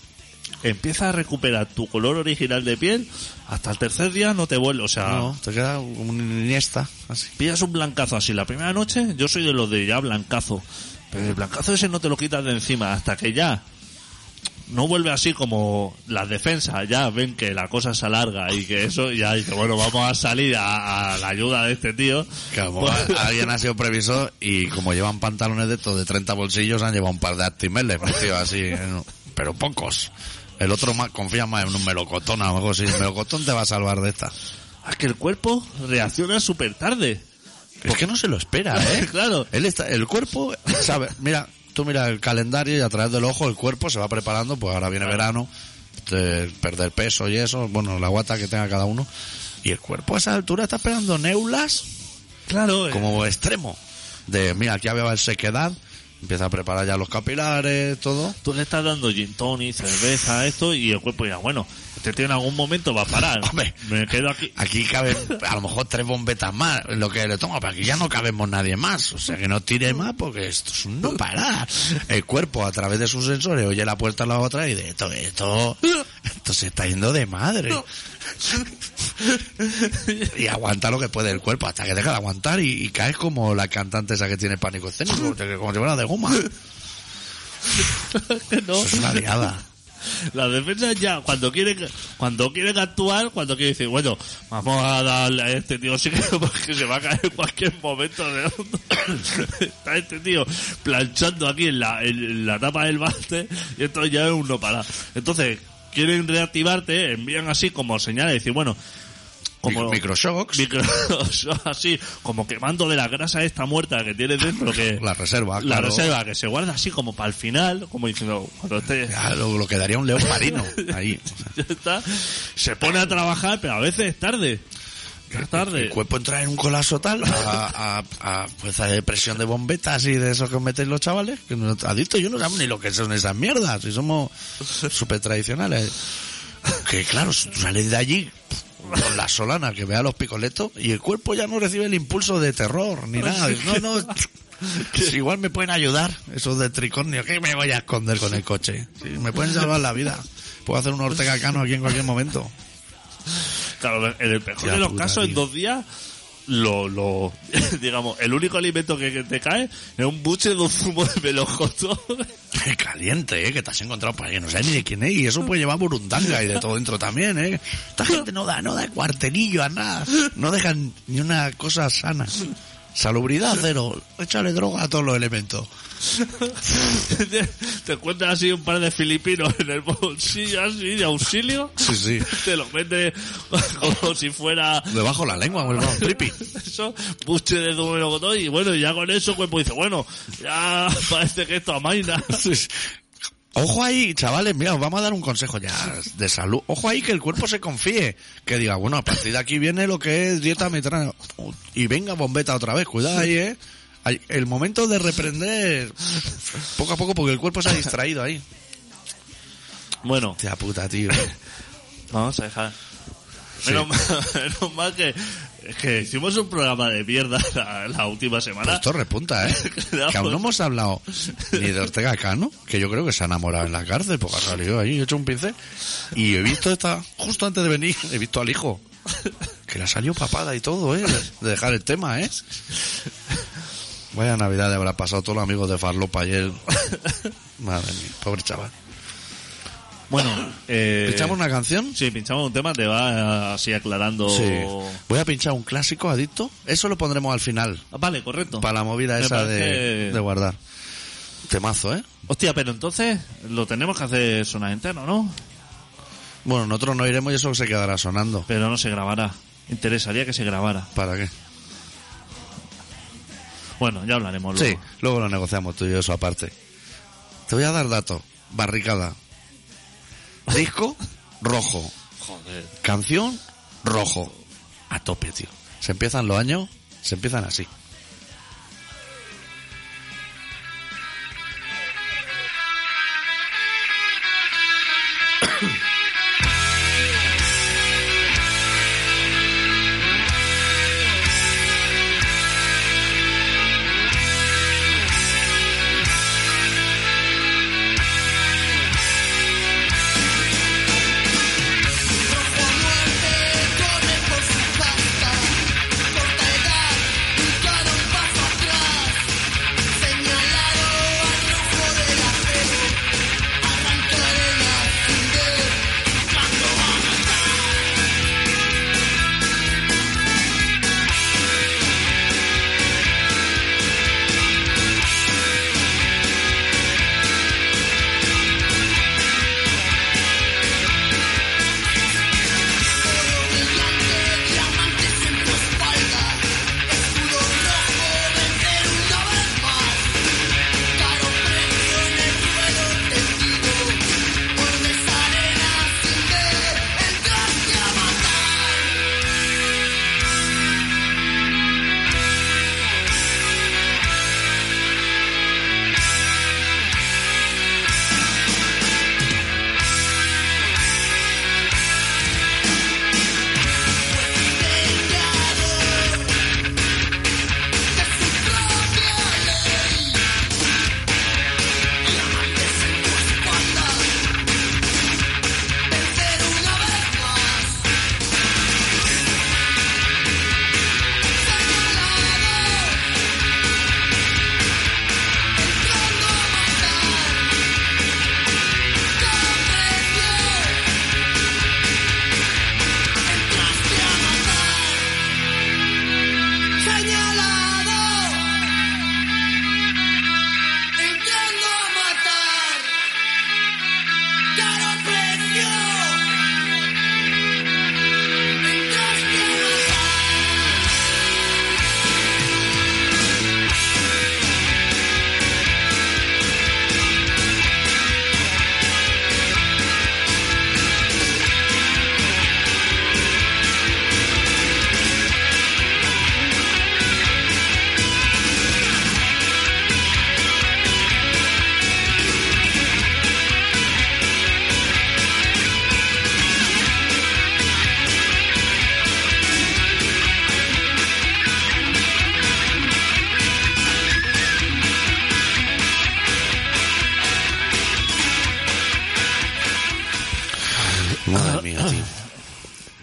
empieza a recuperar tu color original de piel hasta el tercer día no te vuelve. O sea,
No, te queda como una iniesta, así.
pillas un blancazo así la primera noche, yo soy de los de ya blancazo. Pero el blancazo ese no te lo quitas de encima hasta que ya no vuelve así como las defensas ya ven que la cosa se alarga y que eso, ya dice, bueno, vamos a salir a, a la ayuda de este tío.
Claro,
Pues,
a- alguien ha sido previsor y como llevan pantalones de estos de 30 bolsillos, han llevado un par de actimeles, tío, así, en- pero pocos. El otro más, confía más en un melocotón, a lo mejor sí, el melocotón te va a salvar de esta.
[laughs] es que el cuerpo reacciona súper tarde.
Es que no se lo espera, [laughs] ¿eh?
[laughs] Claro.
Él está, el cuerpo, sabe, mira, tú mira el calendario y a través del ojo el cuerpo se va preparando, pues ahora viene verano, te- perder peso y eso, bueno, la guata que tenga cada uno. Y el cuerpo a esa altura está esperando neulas
Claro, eh,
como extremo. De, mira, aquí había sequedad, empieza a preparar ya los capilares, todo.
tú le estás dando gin tonic, cerveza, esto, y el cuerpo ya, bueno, este tío en algún momento va a parar.
[laughs] Hombre.
me quedo aquí. [laughs]
Aquí caben a lo mejor tres bombetas más, lo que le toma, pero aquí ya no cabemos nadie más. O sea que no tire más porque esto es un no parar. El cuerpo a través de sus sensores oye la puerta a la otra y de esto, esto, esto se está yendo de madre. Y aguanta lo que puede el cuerpo hasta que deja de aguantar y, y caes como la cantante esa que tiene pánico escénico, que como te fuera de goma.
no,
Eso es una
[laughs]
liada.
la defensa ya, cuando quieren, cuando quieren actuar, cuando quieren decir, bueno, vamos a darle a este tío, sí que, [laughs] que se va a caer en cualquier momento. de [laughs] hondo. Está este tío planchando aquí en la, en, en la tapa del bate, y esto ya es un no parar. Entonces, quieren reactivarte, envían así como señales, decir, bueno, como...
Mic- Microshocks,
micro [laughs] así como quemando de la grasa esta muerta que tienes dentro que
la reserva,
la
claro.
reserva que se guarda así como para el final como diciendo cuando esté
Ya, lo, lo quedaría un león marino
[laughs]
ahí.
ya está se pone a trabajar pero a veces es tarde Ya es
El
tarde
cuerpo entra en un colapso tal, a, a- a, pues, a presión de bombetas y de esos que os metéis los chavales, que no, adicto yo no sabemos ni lo que son esas mierdas, y somos súper tradicionales. Que claro, tú sales de allí con la solana que vea los picoletos y el cuerpo ya no recibe el impulso de terror ni nada. Dices, No, no, si igual me pueden ayudar esos de tricornio, que me voy a esconder con el coche. Si me pueden salvar la vida. Puedo hacer un Ortega Cano aquí en cualquier momento.
claro en el mejor
Hostia
de los
puta,
casos en
tío.
dos días lo, lo [laughs] digamos el único alimento que, que te cae es un buche de un zumo de melocotón
Qué [laughs] caliente, ¿eh? Que te has encontrado por ahí, no sé ni de quién es, y eso puede llevar burundanga y de todo dentro también, ¿eh? Esta gente no da, no da cuartelillo a nada, no dejan ni una cosa sana. Salubridad cero, échale droga a todos los elementos.
te, [laughs] te encuentras así un par de filipinos en el bolsillo así de auxilio
Sí, sí.
te lo mete [laughs] como si fuera
Debajo la lengua, pues, vuelve un tripi.
eso, buche de melocotón y bueno, ya con eso el cuerpo dice, bueno, ya [laughs] parece que esto amaina.
Ojo ahí, chavales, mira, os vamos a dar un consejo ya de salud. Ojo ahí que el cuerpo se confíe. Que diga, bueno, a partir de aquí viene lo que es dieta mediterránea. Y venga, bombeta otra vez, cuidado ahí, ¿eh? Ay, El momento de reprender poco a poco porque el cuerpo se ha distraído ahí.
Bueno,
Hostia puta, tío.
vamos a dejar. Menos, mal, [laughs] menos mal que, que hicimos un programa de mierda la, la última semana.
Esto repunta,
[laughs]
¿eh? Que aún no hemos hablado ni de Ortega Cano, que yo creo que se ha enamorado en la cárcel porque ha salido ahí, he hecho un pincel. Y he visto esta, justo antes de venir, he visto al hijo. Que le ha salido papada y todo, ¿eh? De dejar el tema, ¿eh? Vaya Navidad le habrá pasado a todos los amigos de Farlopa ayer. Madre mía, pobre chaval.
Bueno, eh,
¿Pinchamos una canción?
Sí, pinchamos un tema, te va así aclarando.
Voy a pinchar un clásico, adicto. Eso lo pondremos al final,
Ah, Vale, correcto.
para la movida
Me
esa de,
parece-
de guardar. Temazo, ¿eh?
Hostia, pero entonces lo tenemos que hacer sonar entero, ¿no?
Bueno, nosotros no iremos y eso se quedará sonando.
Pero no se grabará. Interesaría que se grabara.
¿Para qué?
Bueno, ya hablaremos
Sí,
luego.
luego lo negociamos tú y yo eso aparte. Te voy a dar datos. Barricada. Disco, rojo.
Joder.
Canción, rojo. A tope, tío. Se empiezan los años, se empiezan así.
Rojo muerte, corre por su falta, corta edad, nunca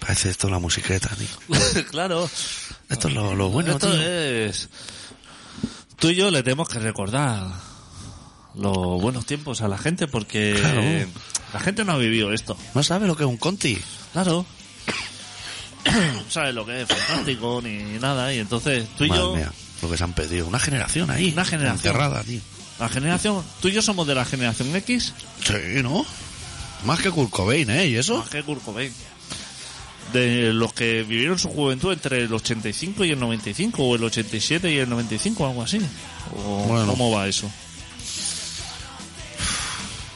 parece esto la musiqueta, tío.
[laughs] claro.
Esto es lo, lo bueno,
Esto
tío.
es. Tú y yo le tenemos que recordar los buenos tiempos a la gente porque
Claro.
la gente no ha vivido esto.
No sabe lo que es un conti.
Claro. No [coughs] sabes lo que es fantástico ni nada. Y entonces tú y
Madre
yo,
mía, lo que se han perdido. Una generación ahí.
Una generación.
Encerrada, tío.
la generación, tú y yo somos de la generación X,
Sí, ¿no? Más que Kurt Cobain, ¿eh? ¿Y eso?
más que Kurt Cobain. De los que vivieron su juventud entre el 85 y el 95, o el 87 y el 95, algo así. O,
Bueno.
¿Cómo va eso?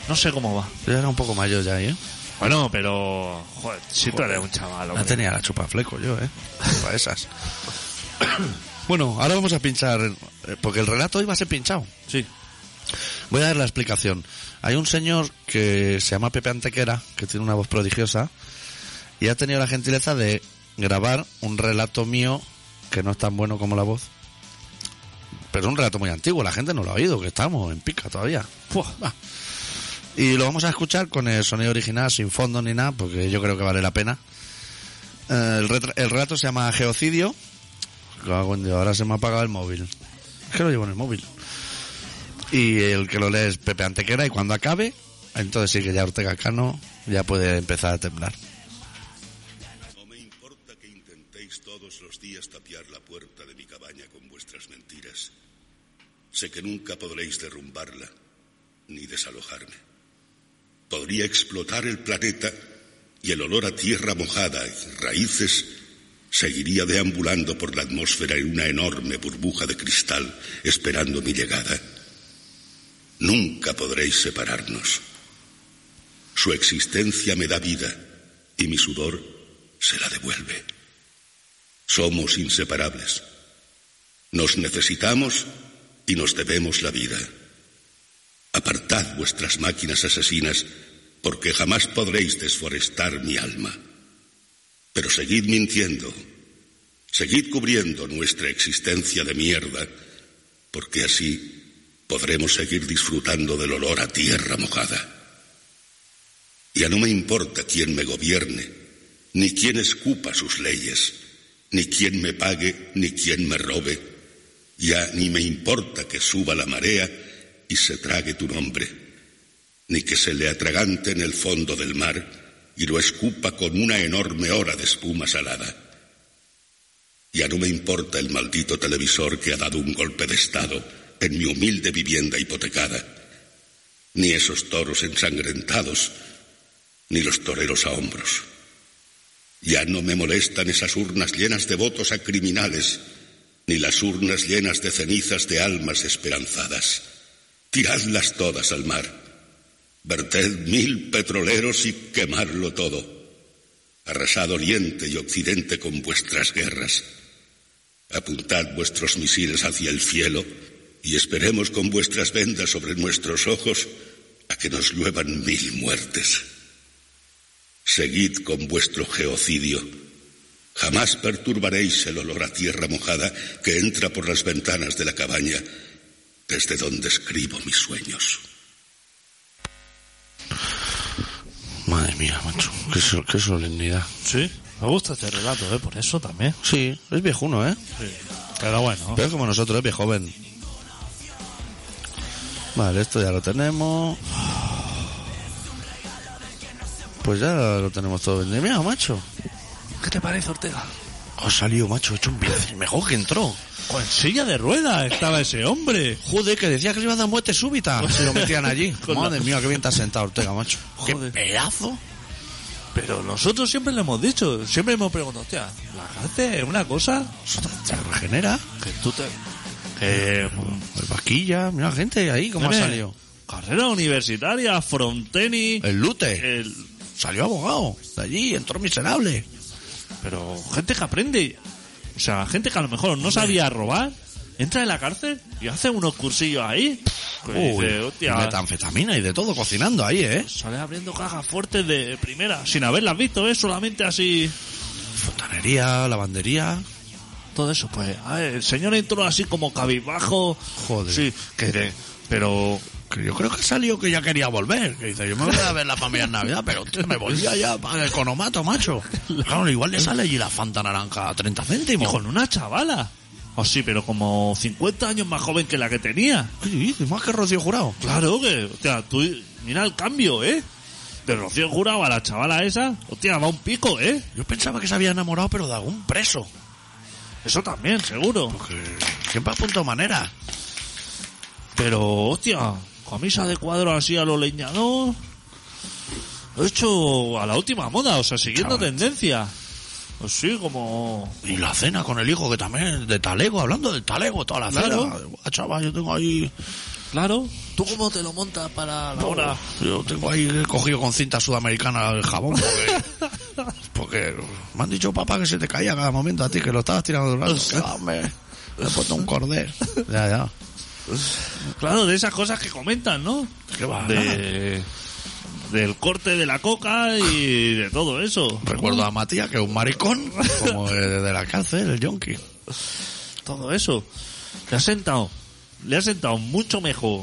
No sé cómo va.
Yo era un poco mayor ya, ahí, ¿eh?
Bueno, pero. Joder, si tú eres un chaval,
Ya
hombre.
tenía la chupa fleco yo, ¿eh? Para esas. [coughs] bueno, ahora vamos a pinchar, eh, porque el relato iba a ser pinchado.
Sí.
Voy a dar la explicación. Hay un señor que se llama Pepe Antequera, que tiene una voz prodigiosa, y ha tenido la gentileza de grabar un relato mío que no es tan bueno como la voz. Pero es un relato muy antiguo, la gente no lo ha oído, que estamos en pica todavía.
Fua.
Va. Y lo vamos a escuchar con el sonido original, sin fondo ni nada, porque yo creo que vale la pena. Eh, el, retra- el relato se llama Geocidio. Cago en Dios, ahora se me ha apagado el móvil. Es que lo llevo en el móvil. Y el que lo lee es Pepe Antequera y cuando acabe, entonces sí que ya Ortega Cano ya puede empezar a temblar.
No me importa que intentéis todos los días tapiar la puerta de mi cabaña con vuestras mentiras. Sé que nunca podréis derrumbarla ni desalojarme. Podría explotar el planeta y el olor a tierra mojada y raíces seguiría deambulando por la atmósfera en una enorme burbuja de cristal esperando mi llegada. Nunca podréis separarnos. Su existencia me da vida y mi sudor se la devuelve. Somos inseparables. Nos necesitamos y nos debemos la vida. Apartad vuestras máquinas asesinas porque jamás podréis desforestar mi alma. Pero seguid mintiendo, seguid cubriendo nuestra existencia de mierda, porque así podremos seguir disfrutando del olor a tierra mojada. Ya no me importa quién me gobierne, ni quién escupa sus leyes, ni quién me pague, ni quién me robe. Ya ni me importa que suba la marea y se trague tu nombre, ni que se le atragante en el fondo del mar y lo escupa con una enorme hora de espuma salada. Ya no me importa el maldito televisor que ha dado un golpe de estado en mi humilde vivienda hipotecada, ni esos toros ensangrentados ni los toreros a hombros. Ya no me molestan esas urnas llenas de votos a criminales, ni las urnas llenas de cenizas de almas esperanzadas. Tiradlas todas al mar. Verted mil petroleros y quemarlo todo. Arrasad Oriente y Occidente con vuestras guerras. Apuntad vuestros misiles hacia el cielo y esperemos con vuestras vendas sobre nuestros ojos a que nos lluevan mil muertes. Seguid con vuestro geocidio. Jamás perturbaréis el olor a tierra mojada que entra por las ventanas de la cabaña desde donde escribo mis sueños.
Madre mía, macho, qué, sol- qué solemnidad.
Sí. Me gusta este relato, ¿eh? Por eso también.
Sí, es viejuno, ¿eh?
Sí. Pero bueno.
Pero es como nosotros, es viejo joven. Vale, esto ya lo tenemos. Pues ya lo tenemos todo vendido. Mira, macho.
¿Qué te parece, Ortega?
Ha salido, macho, hecho un viaje. Mejor que entró.
Con silla de rueda estaba ese hombre.
Joder, que decía que le iba a dar muerte súbita. Se Pues lo metían [laughs] allí. Madre mía, qué bien está sentado Ortega, macho.
Joder.
Qué pedazo.
Pero nosotros siempre le hemos dicho, siempre hemos preguntado, hostia, la cárcel es una cosa
Eso te- te regenera.
que tú te... Que...
El vaquilla, mira gente ahí, cómo ha
Nene,
salido.
Carrera universitaria, fronteni...
El lute.
el-
Salió abogado. De allí, entró miserable.
Pero gente que aprende, o sea, gente que a lo mejor no sabía robar, entra en la cárcel y hace unos cursillos ahí. que dice, hostia,
metanfetamina y de todo cocinando ahí, ¿eh?
sale abriendo cajas fuertes de primera, sin haberlas visto, ¿eh? Solamente así...
Fontanería, lavandería.
todo eso, pues, a ver, el señor entró así como cabizbajo.
Joder.
Sí, que de- pero
que yo creo que salió que ya quería volver. Que dice, yo me voy a ver la familia en Navidad, pero usted me volvía ya para el economato, macho. Claro, igual le sale allí la Fanta Naranja a 30
Y
céntimos.
con una chavala. O sí, pero como 50 años más joven que la que tenía.
¿Qué dices? Más que Rocío Jurado.
Claro que, hostia, tú, mira el cambio, ¿eh? De Rocío Jurado a la chavala esa, hostia, va un pico, ¿eh?
Yo pensaba que se había enamorado, pero de algún preso.
Eso también, seguro.
Que siempre apuntó manera.
Pero, hostia, camisa de cuadro así a lo leñador. Lo he hecho a la última moda, o sea, siguiendo
Chaval.
tendencia. Pues sí, como...
Y la cena con el hijo, que también, de talego, hablando del talego, toda la
Claro.
cena. Guau, chaval, yo tengo ahí...
Claro. ¿Tú cómo te lo montas para la hora?
Yo tengo ahí cogido con cinta sudamericana el jabón porque,
[laughs]
porque me han dicho papá que se te caía cada momento a ti, que lo estabas tirando de un lado. Ah,
[laughs]
hombre, Le he puesto un cordel. Ya, ya.
Claro, de esas cosas que comentan, ¿no?
Qué va, nada.
De... Del corte de la coca y de todo eso.
Recuerdo a Matías, que es un maricón,
[laughs]
como de, de la cárcel, el yonki.
todo eso. Le ha sentado, le ha sentado mucho mejor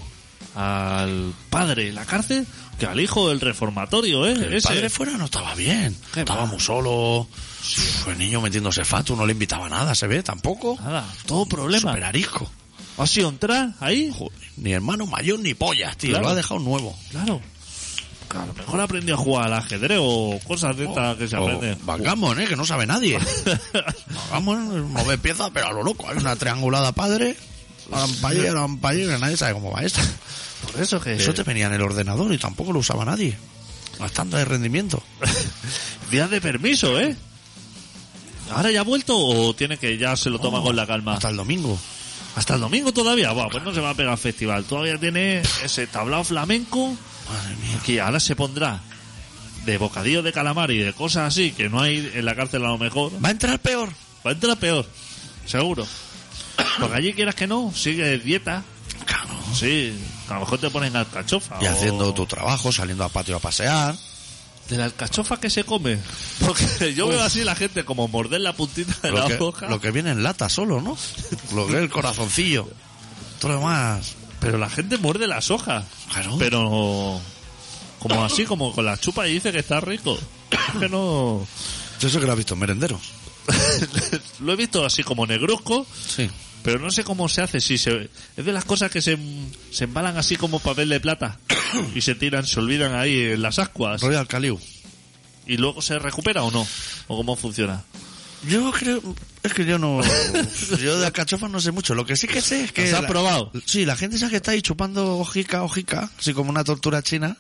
al padre en la cárcel que al hijo del reformatorio, ¿eh?
El
Ese.
padre fuera no estaba bien.
Qué
Estaba
va.
muy solo. Uf, El niño metiéndose fatu, no le invitaba a nada, se ve, tampoco.
Nada, todo Ah, problema.
Super arisco.
¿Ha sido entrar ahí?
Ni hermano mayor ni pollas, tío.
Claro.
Lo ha dejado nuevo.
Claro. A lo mejor aprendió a jugar al ajedrez o cosas de estas que se
O
aprenden.
Backgammon, ¿eh? Que no sabe
[laughs]
nadie. Backgammon, mover piezas, pero a lo loco. Hay una triangulada padre, ampallé, ampallé, que nadie sabe cómo va esta.
Por eso que...
Eso te venía en el ordenador y tampoco lo usaba nadie. Bastante de
[laughs]
rendimiento.
Días de permiso, ¿eh? ¿Ahora ya ha vuelto o tiene que ya se lo toma con la calma?
Oh. Hasta el domingo.
¿Hasta el domingo todavía? Buah, pues no se va a pegar festival. Todavía tiene ese tablao flamenco
Madre mía.
que ahora se pondrá de bocadillo de calamar y de cosas así que no hay en la cárcel a lo mejor,
Va a entrar peor.
va a entrar peor, seguro. Porque allí quieras que no, sigue dieta,
Claro.
sí, a lo mejor te ponen alcachofa.
Y
o-
haciendo tu trabajo, saliendo al patio a pasear.
De la alcachofa que se come. [laughs] Porque yo veo así la gente como morder la puntita de
Pues- Lo
la
que,
hoja.
lo que viene en lata solo, ¿no? Lo que es el corazoncillo. Todo lo demás.
Pero la gente muerde las hojas.
Claro.
Pero como así, como con la chupa y dice que está rico. Es que
[laughs]
no...
Yo sé que lo has visto en merendero.
lo he visto así como negruzco.
Sí.
Pero no sé cómo se hace, si se, es de las cosas que se, se embalan así como papel
[coughs]
de plata y se tiran, se olvidan ahí en las ascuas
Royal Caliu.
y luego se recupera o no, o cómo funciona.
Yo creo, es que yo no, [laughs] yo de alcachofas no sé mucho. Lo que sí que sé es que
¿Las has
la-
probado?
Sí, la gente esa que está ahí chupando hojica, hojica, así como una tortura [laughs] china.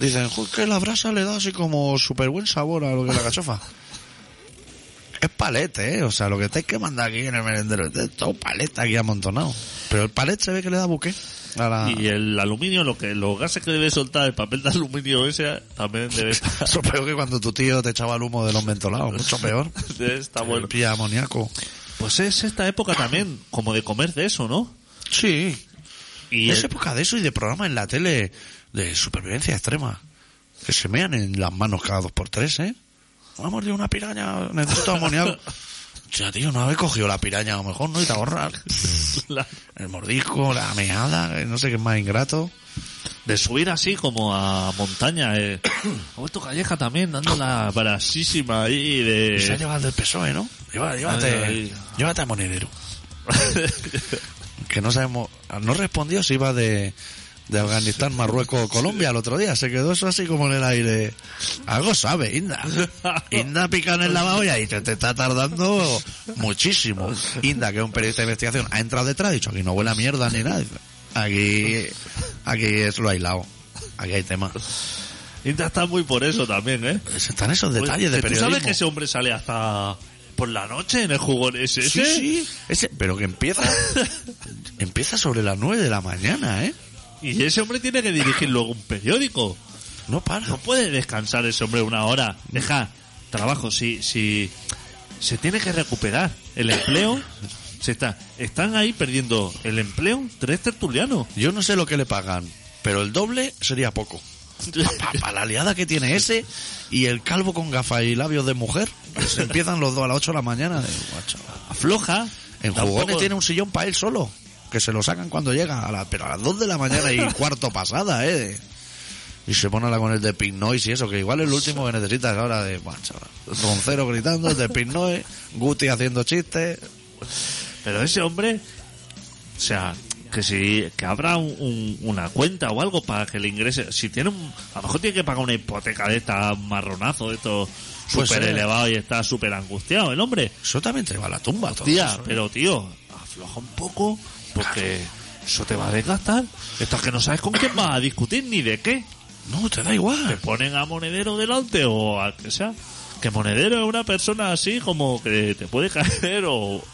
Dicen, "Jo, que la brasa le da así como súper buen sabor a lo que es la cachofa. Es palete, ¿eh? O sea, lo que estáis quemando aquí en el merendero es todo paleta aquí amontonado. Pero el palet se ve que le da buque a la...
Y el aluminio, lo que los gases que debe soltar el papel de aluminio ese también
[laughs]
debe estar,
[laughs] Eso peor que cuando tu tío te echaba el humo de los mentolados, mucho peor.
debe estar bueno.
Pilla amoníaco.
Pues es esta época también como de comer de eso, ¿no?
Sí,
Y
es
[laughs] el-
época de eso y de programas en la tele de supervivencia extrema. Que se mean en las manos cada dos por tres, ¿eh? Vamos de una piraña, necesito
[laughs]
amoníaco. Ya, tío, no habéis cogido la piraña a lo mejor, ¿no? Y te ahorras
la-
el mordisco, la meada, eh, no sé qué es más ingrato.
de subir así como a montaña.
[coughs]
Eh. Roberto Calleja también dando la brasísima ahí de...
Y se ha llevado el del PSOE, ¿no? Lleva- llévate,
Eh. Ay, ay.
llévate a Monedero. que no sabemos, no respondió si iba de, de Afganistán, Marruecos o Colombia el otro día. Se quedó eso así como en el aire. Algo sabe, Inda.
[laughs]
Inda pica en el lavabo y ahí te, te está tardando muchísimo. Inda, que es un periodista de investigación, ha entrado detrás y ha dicho, aquí no huele a mierda ni nada. Dice, Aquí, aquí es lo aislado. Aquí hay tema.
Inda está muy por eso también, ¿eh?
Están esos detalles de
Oye, ¿Tú
periodismo.
sabes que ese hombre sale hasta por la noche en el jugón ese?
Sí,
ese?
sí. Ese, pero que
[laughs]
empieza. empieza sobre las 9 de la mañana, ¿eh?
Y ese hombre tiene que dirigir luego un periódico.
No para.
No puede descansar ese hombre una hora. Deja trabajo. Si, si se tiene que recuperar el empleo, se está, están ahí perdiendo el empleo tres
[laughs]
tertulianos.
Yo no sé lo que le pagan, pero el doble sería poco. Para la liada que tiene ese y el calvo con gafas y labios de mujer, pues
[laughs]
empiezan los dos a las 8 de la mañana. de, "Guau, chaval".
Afloja.
En
Tampoco-
jugones tiene un sillón para él solo. que se lo sacan cuando llega, a la- pero a las 2 de la
[laughs]
mañana y cuarto pasada, ¿eh? Y se pone a la con el de Pink Noise y eso, que igual es lo último que necesitas ahora de... Buah, chaval. Roncero gritando, el de Pink
[laughs]
Noise, Guti haciendo chistes...
Pero ese hombre, o sea, que si que habrá un- un- una cuenta o algo para que le ingrese. Si tiene un, a lo mejor tiene que pagar una hipoteca de esta marronazo, de esto
Pues
súper
sí.
elevado y está súper angustiado el hombre.
Eso también te va a la tumba, todo
Tía,
eso, ¿eh?
pero tío, afloja un poco porque eso te va a desgastar. Esto es que no sabes con quién vas a discutir ni de qué.
No, te da
Te
igual.
ponen a Monedero delante o a que sea. Que Monedero es una persona así como que te puede caer [laughs] o,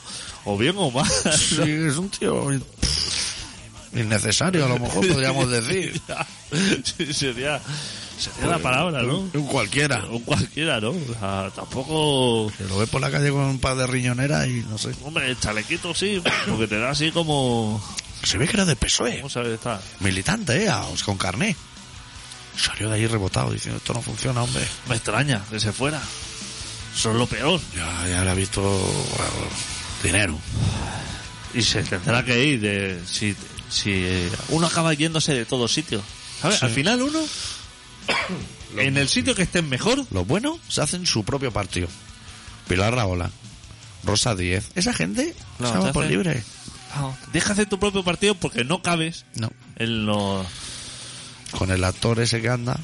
o bien o mal.
Sí, es un tío pff, innecesario, a lo mejor podríamos decir.
[laughs] Sí, sería, sería la palabra, ¿no?
Un cualquiera.
Un cualquiera, ¿no? O sea, tampoco...
Que lo ves por la calle con un par de riñoneras y no sé.
Hombre, el chalequito sí, porque te da así como...
Se ve que era de PSOE.
¿Cómo sabes estar?
Militante, ¿eh? A- con carné. Salió de ahí rebotado diciendo, esto no funciona, hombre.
Me extraña que se fuera. Eso es lo peor.
Ya, ya le ha visto bueno, dinero.
Y se tendrá que ir de... Si, si eh, uno acaba yéndose de todos sitios. ¿Sabes? Al final uno... En el sitio que estén mejor,
Los buenos se hacen su propio partido. Pilar Raola, Rosa 10. Esa gente
No,
se va
te
por
hace-
libre. Ah,
deja hacer tu propio partido porque no cabes
No.
en los...
con el actor ese que anda,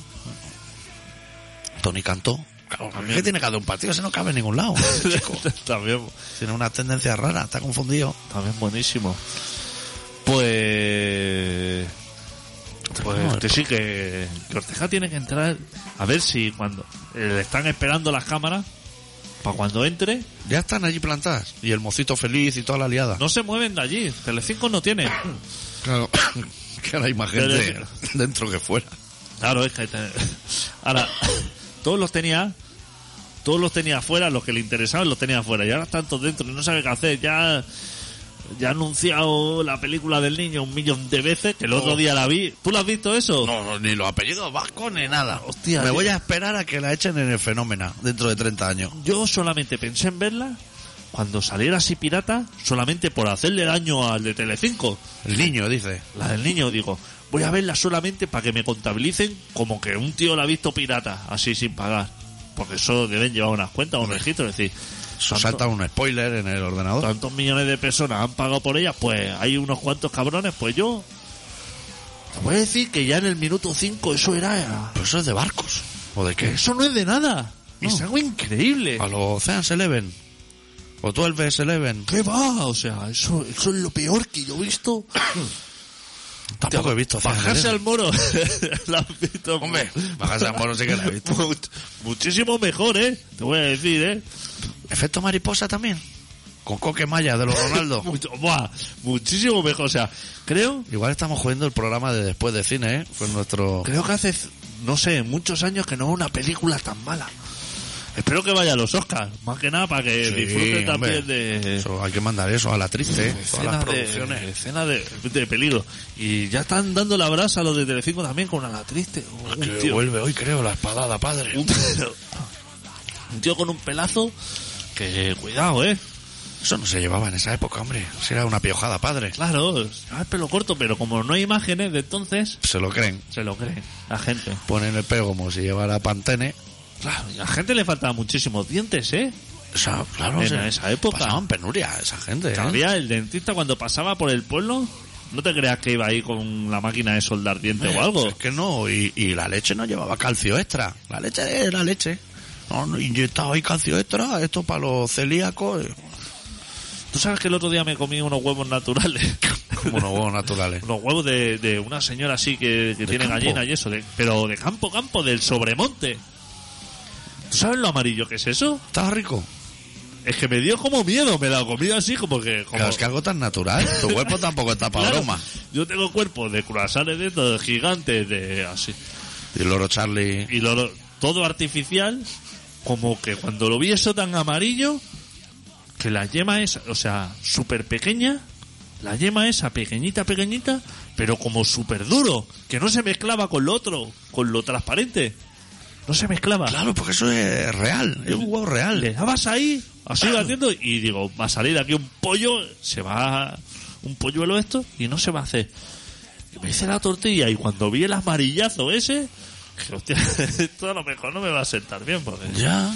Tony Cantó. Claro, ¿Qué tiene que hacer un partido? Se no cabe en ningún lado. ese [laughs] chico.
[laughs] También...
tiene una tendencia rara, está confundido.
También buenísimo. Pues. Pues
Bueno,
este sí que, que Ortega tiene que entrar. A ver si cuando. eh, le están esperando las cámaras. Para cuando entre.
Ya están allí plantadas. Y el mocito feliz y toda la liada.
No se mueven de allí. Telecinco no tiene.
Claro, [coughs] que ahora hay más
Pero-
gente dentro que fuera.
Claro, es que. te- [coughs] Ahora, [coughs] todos los tenía. Todos los tenía afuera, los que le interesaban los tenía afuera. Y ahora están todos dentro y no sabe qué hacer. Ya. Ya ha anunciado la película del niño un millón de veces, que el otro
Oh.
día la vi. ¿Tú la has visto eso?
No, no, ni los apellidos vascos ni nada.
Hostia,
Me
tío.
voy a esperar a que la echen en el fenómeno dentro de 30 años.
Yo solamente pensé en verla cuando saliera así pirata, solamente por hacerle daño al de Telecinco.
El niño dice.
La del niño, digo, voy a verla solamente para que me contabilicen como que un tío la ha visto pirata, así sin pagar. Porque eso deben llevar unas cuentas, un registro, es decir,
Se salta un spoiler en el ordenador.
tantos millones de personas han pagado por ella, pues hay unos cuantos cabrones, pues yo... te Voy a decir que ya en el minuto 5 eso era...
Pero eso es de barcos. ¿O de qué?
Eso no es de nada. Es
No.
algo increíble.
A los Ocean's Eleven. O 12 Eleven.
¿Qué va? O sea, eso, eso es lo peor que yo he visto.
Tampoco he visto Ocean's
Bajarse
Eleven.
al moro. [laughs] La has visto.
Hombre, bajarse al moro sí que la he
[laughs]
visto.
Much- Muchísimo mejor, ¿eh? Te voy a decir, ¿eh?
Efecto mariposa también. Con Coque Maya
[laughs]
de los Ronaldo.
Mucho- buah, muchísimo mejor. O sea, creo,
Igual estamos jugando el programa de después de cine, ¿eh? Con nuestro...
creo que hace, no sé, muchos años que no veo una película tan mala. Espero que vaya a los Oscars, más que nada para que
Sí, hombre.
disfrute también de...
Eso, hay que mandar eso a la triste, ¿eh? Todas las
escenas
producciones.
de, escenas de, de peligro. Y ya están dando la brasa a los de Telecinco también con la triste. Un
Que
tío-
vuelve hoy, creo, la espadada, padre.
un, [laughs] un tío con un pelazo que cuidado, eh.
Eso no se llevaba en esa época, hombre. Si era una piojada, padre.
Claro, es pelo corto, pero como no hay imágenes de entonces,
Se lo creen.
se lo cree la gente.
Ponen el pego como si llevara pantene.
Claro, y a la gente le faltaban muchísimos dientes, eh.
O sea, claro,
En
se-
esa época.
Pasaban penuria esa gente, ¿eh?
Todavía el dentista cuando pasaba por el pueblo, no te creas que iba ahí con la máquina de soldar dientes o algo.
Eh, Es que no, y, y la leche no llevaba calcio extra. La leche era leche. No, no, inyectado ahí calcio extra, esto para los celíacos.
Tú sabes que el otro día me comí unos huevos naturales. [laughs]
Como unos huevos naturales.
Unos huevos de, de una señora así que, que tiene
campo.
gallina y eso, de- pero de campo, campo, del sobremonte. ¿Tú sabes lo amarillo que es eso?
Estaba rico.
Es que me dio como miedo, me la comí así como que... Como,
Claro, es que algo tan natural. Tu cuerpo tampoco está para
Claro,
broma.
Yo tengo cuerpo de croissants de estos gigantes, de así.
Y el loro Charlie.
Y lo- lo- todo artificial, como que cuando lo vi eso tan amarillo, que la yema es, o sea, súper pequeña, la yema esa pequeñita, pequeñita, pero como súper duro, que no se mezclaba con lo otro, con lo transparente. No se mezclaba.
Claro, porque eso es real. Es un huevo real. [coughs]
Le dabas ahí, así batiendo, y digo, va a salir aquí un pollo, se va un polluelo esto y no se va a hacer. Y me hice la tortilla y cuando vi el amarillazo ese, dije, hostia, [laughs] esto a lo mejor no me va a sentar bien porque
Ya.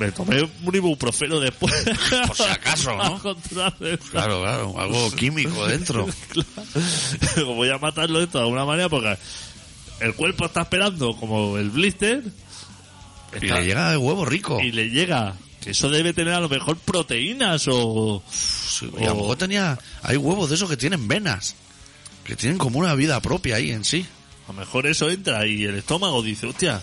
me tomé un ibuprofeno después.
[laughs] Por si
[laughs]
acaso, ¿no? Claro, claro. [laughs] Algo químico dentro.
Claro. [laughs] Voy a matarlo esto de alguna manera porque el cuerpo está esperando como el blister.
Y
Está-
le llega de huevo rico.
y le llega. Que eso debe tener a lo mejor proteínas o...
Sí, Y a lo mejor tenía. Hay huevos de esos que tienen venas. Que tienen como una vida propia ahí en sí.
A lo mejor eso entra y el estómago dice, hostia,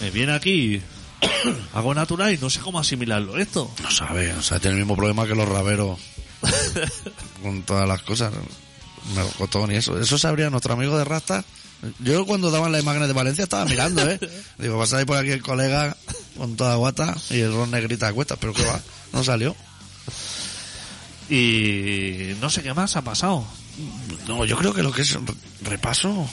me viene aquí, [coughs] hago natural y no sé cómo asimilarlo esto.
No sabe, o sea, tiene el mismo problema que los [laughs] raberos con todas las cosas. Melocotón y eso. Eso sabría nuestro amigo de Rasta. Yo cuando daban las imágenes de Valencia estaba mirando, [laughs] ¿eh? Digo, pasa ahí por aquí el colega con toda guata y el ron negrita a cuestas, pero qué va, no salió.
Y no sé qué más ha pasado.
No, yo creo que lo que es repaso.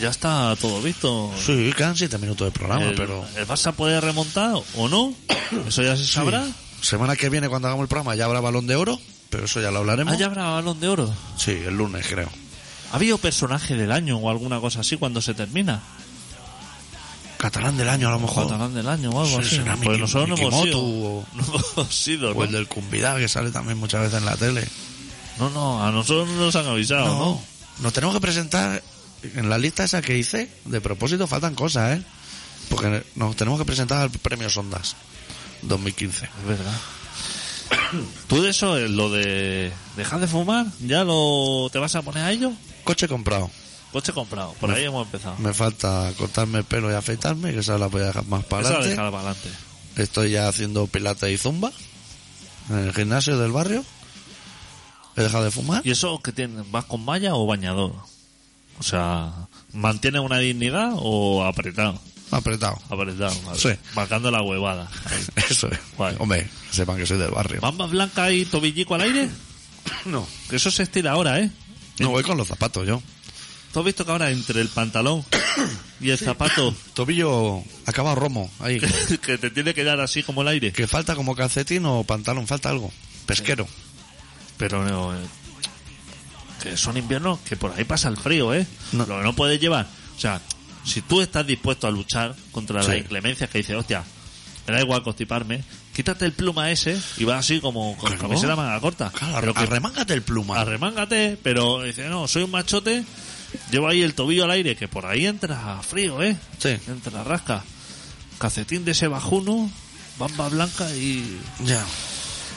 Ya está todo visto.
Sí, quedan siete minutos de programa,
el,
pero.
el Barça puede remontar o no, [coughs] eso ya se sabrá.
Semana que viene, cuando hagamos el programa, ya habrá balón de oro, pero eso ya lo hablaremos.
Ah, ya habrá balón de oro.
Sí, el lunes, creo.
¿Ha habido personaje del año o alguna cosa así cuando se termina?
Catalán del año, a lo mejor.
Catalán del año o algo
Sí,
así.
será
Pues
Miki-
nosotros no hemos
Mikimoto
sido.
o-
[laughs] No hemos sido,
O el
¿no?
del Cumbidá, que sale también muchas veces en la tele.
No, no, a nosotros no nos han avisado,
No,
¿no?
nos tenemos que presentar en la lista esa que hice. De propósito faltan cosas, ¿eh? Porque nos tenemos que presentar al premio Sondas 2015.
Es verdad. [coughs] ¿Tú de eso, eh, lo de dejar de fumar, ya lo te vas a poner a ello?
Coche comprado.
Coche comprado, por ahí hemos empezado.
Me falta cortarme el pelo y afeitarme, que esa la voy a dejar más para
Eso lo
adelante.
dejar para adelante.
Estoy ya haciendo pilates y zumba en el gimnasio del barrio. He dejado de fumar.
¿Y eso que tienes? ¿Vas con malla o bañador? O sea, ¿mantienes una dignidad o apretado?
Apretado.
Apretado, vale.
Sí.
Marcando la huevada.
Eso es.
Vale.
Hombre, sepan que soy del barrio.
¿Bambas blancas y tobillico al aire?
No.
Que eso se estira ahora, ¿eh?
No voy con los zapatos yo.
¿Tú has visto que ahora entre el pantalón y el zapato [laughs]
Tobillo acaba romo ahí.
que, que te tiene que dar así como el aire?
que falta como calcetín o pantalón, falta algo. Pesquero.
Pero no, eh, que son inviernos que por ahí pasa el frío, ¿eh?
No.
Lo que no puedes llevar. O sea, si tú estás dispuesto a luchar contra
Sí.
las inclemencias que dices, hostia, me da igual constiparme, quítate el pluma ese y vas así como con
Claro.
camiseta manga corta.
Claro,
pero que
arremángate el pluma.
arremángate, pero dice, no, soy un machote, llevo ahí el tobillo al aire, que por ahí entra frío, ¿eh?
Sí.
Entra rasca. Cacetín de ese bajuno, bamba blanca y
Ya.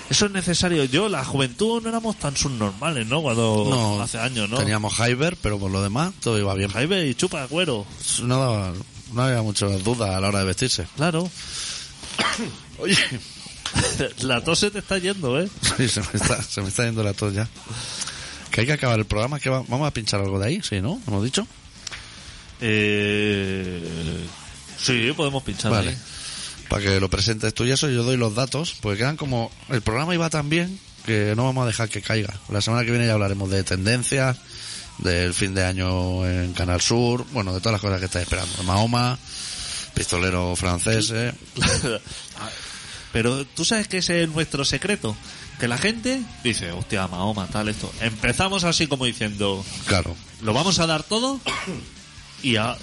eso es necesario. Yo, la juventud, no éramos tan subnormales, ¿no? Cuando
No,
hace años, ¿no?
Teníamos Hyber, pero por lo demás todo iba bien.
Jaime y chupa de cuero,
No, daba- no había muchas dudas a la hora de vestirse.
claro. [laughs]
Oye,
la tos se te está yendo, ¿eh?
[laughs] Sí, se, me está, se me está yendo la tos ya. Que hay que acabar el programa, que va- vamos a pinchar algo de ahí, sí, ¿no? Hemos dicho.
Eh, Sí, podemos pinchar.
Vale.
ahí.
Para que lo presentes tú y eso, yo doy los datos, porque quedan como... El programa iba tan bien que no vamos a dejar que caiga. La semana que viene ya hablaremos de tendencias, del fin de año en Canal Sur, bueno, de todas las cosas que estáis esperando. Mahoma, pistolero francés, eh.
[laughs] Pero tú sabes que ese es nuestro secreto. Que la gente dice, hostia, Mahoma, tal, esto. Empezamos así como diciendo,
claro.
lo vamos a dar todo. Y, a-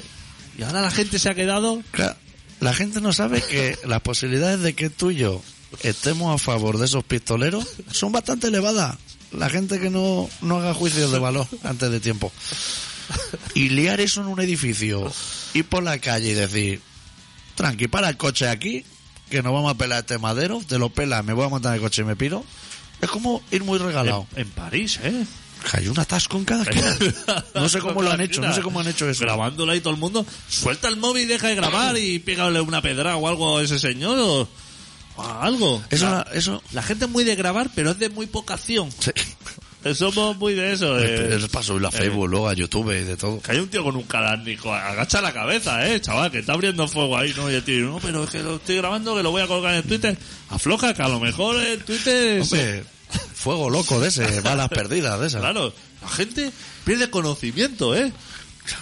y ahora la gente se ha quedado.
Claro, La gente no sabe que las posibilidades de que tú y yo estemos a favor de esos pistoleros son bastante elevadas. La gente que no, no haga juicios de valor antes de tiempo. Y liar eso en un edificio, ir por la calle y decir, tranqui, para el coche aquí, que nos vamos a pelar este madero, te lo pela, me voy a montar en el coche y me piro. Es como ir muy regalado.
En, en París, ¿eh?
Hay un atasco en cada esquina. [laughs] No sé cómo lo han hecho, no sé cómo han hecho eso.
Grabándola ahí todo el mundo. Suelta el móvil y deja de grabar y pégale una pedra o algo a ese señor o, o a algo.
Eso,
la,
era- eso,
la gente es muy de grabar, pero es de muy poca acción.
sí.
Somos muy de eso. eh.
Este, Es para subirlo a Facebook, luego a YouTube y de todo.
Que hay un tío con un calánico. Agacha la cabeza, eh, chaval, que está abriendo fuego ahí, ¿no? Y el tío, no, pero es que lo estoy grabando, que lo voy a colgar en Twitter. Afloja, que a lo mejor en Twitter...
Hombre, fuego loco de
[laughs]
ese, balas perdidas de esas.
Claro, la gente pierde conocimiento, ¿eh?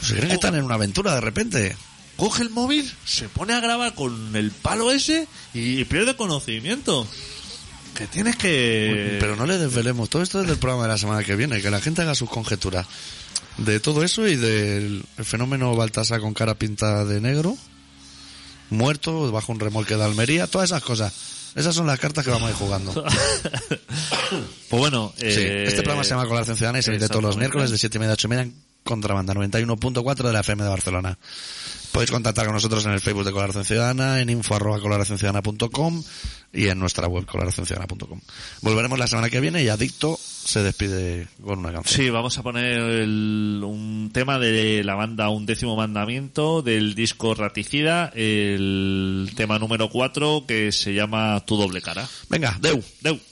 Se creen que están en una aventura de repente.
coge el móvil, se pone a grabar con el palo ese y pierde conocimiento. Que tienes que.
Pero no le desvelemos. Todo esto es del programa de la semana que viene. Que la gente haga sus conjeturas. De todo eso y del el fenómeno Baltasar con cara pintada de negro. Muerto bajo un remolque de Almería. Todas esas cosas. Esas son las cartas que vamos a ir
[laughs]
jugando.
Pues bueno.
Sí,
eh,
este programa se llama Colaboración Ciudadana y se emite todos los
exactamente.
miércoles de 7 y media a 8 y media en Contrabanda 91.4 de la FM de Barcelona. Podéis contactar con nosotros en el Facebook de Colaboración Ciudadana, en info arroba colaboracionciudadana.com y en nuestra web colaboracionciudadana.com. Volveremos la semana que viene y Adicto se despide con una canción.
Sí, vamos a poner el- un tema de la banda Un décimo mandamiento del disco Raticida, el tema número 4 que se llama Tu doble cara.
Venga, Deu.
Deu.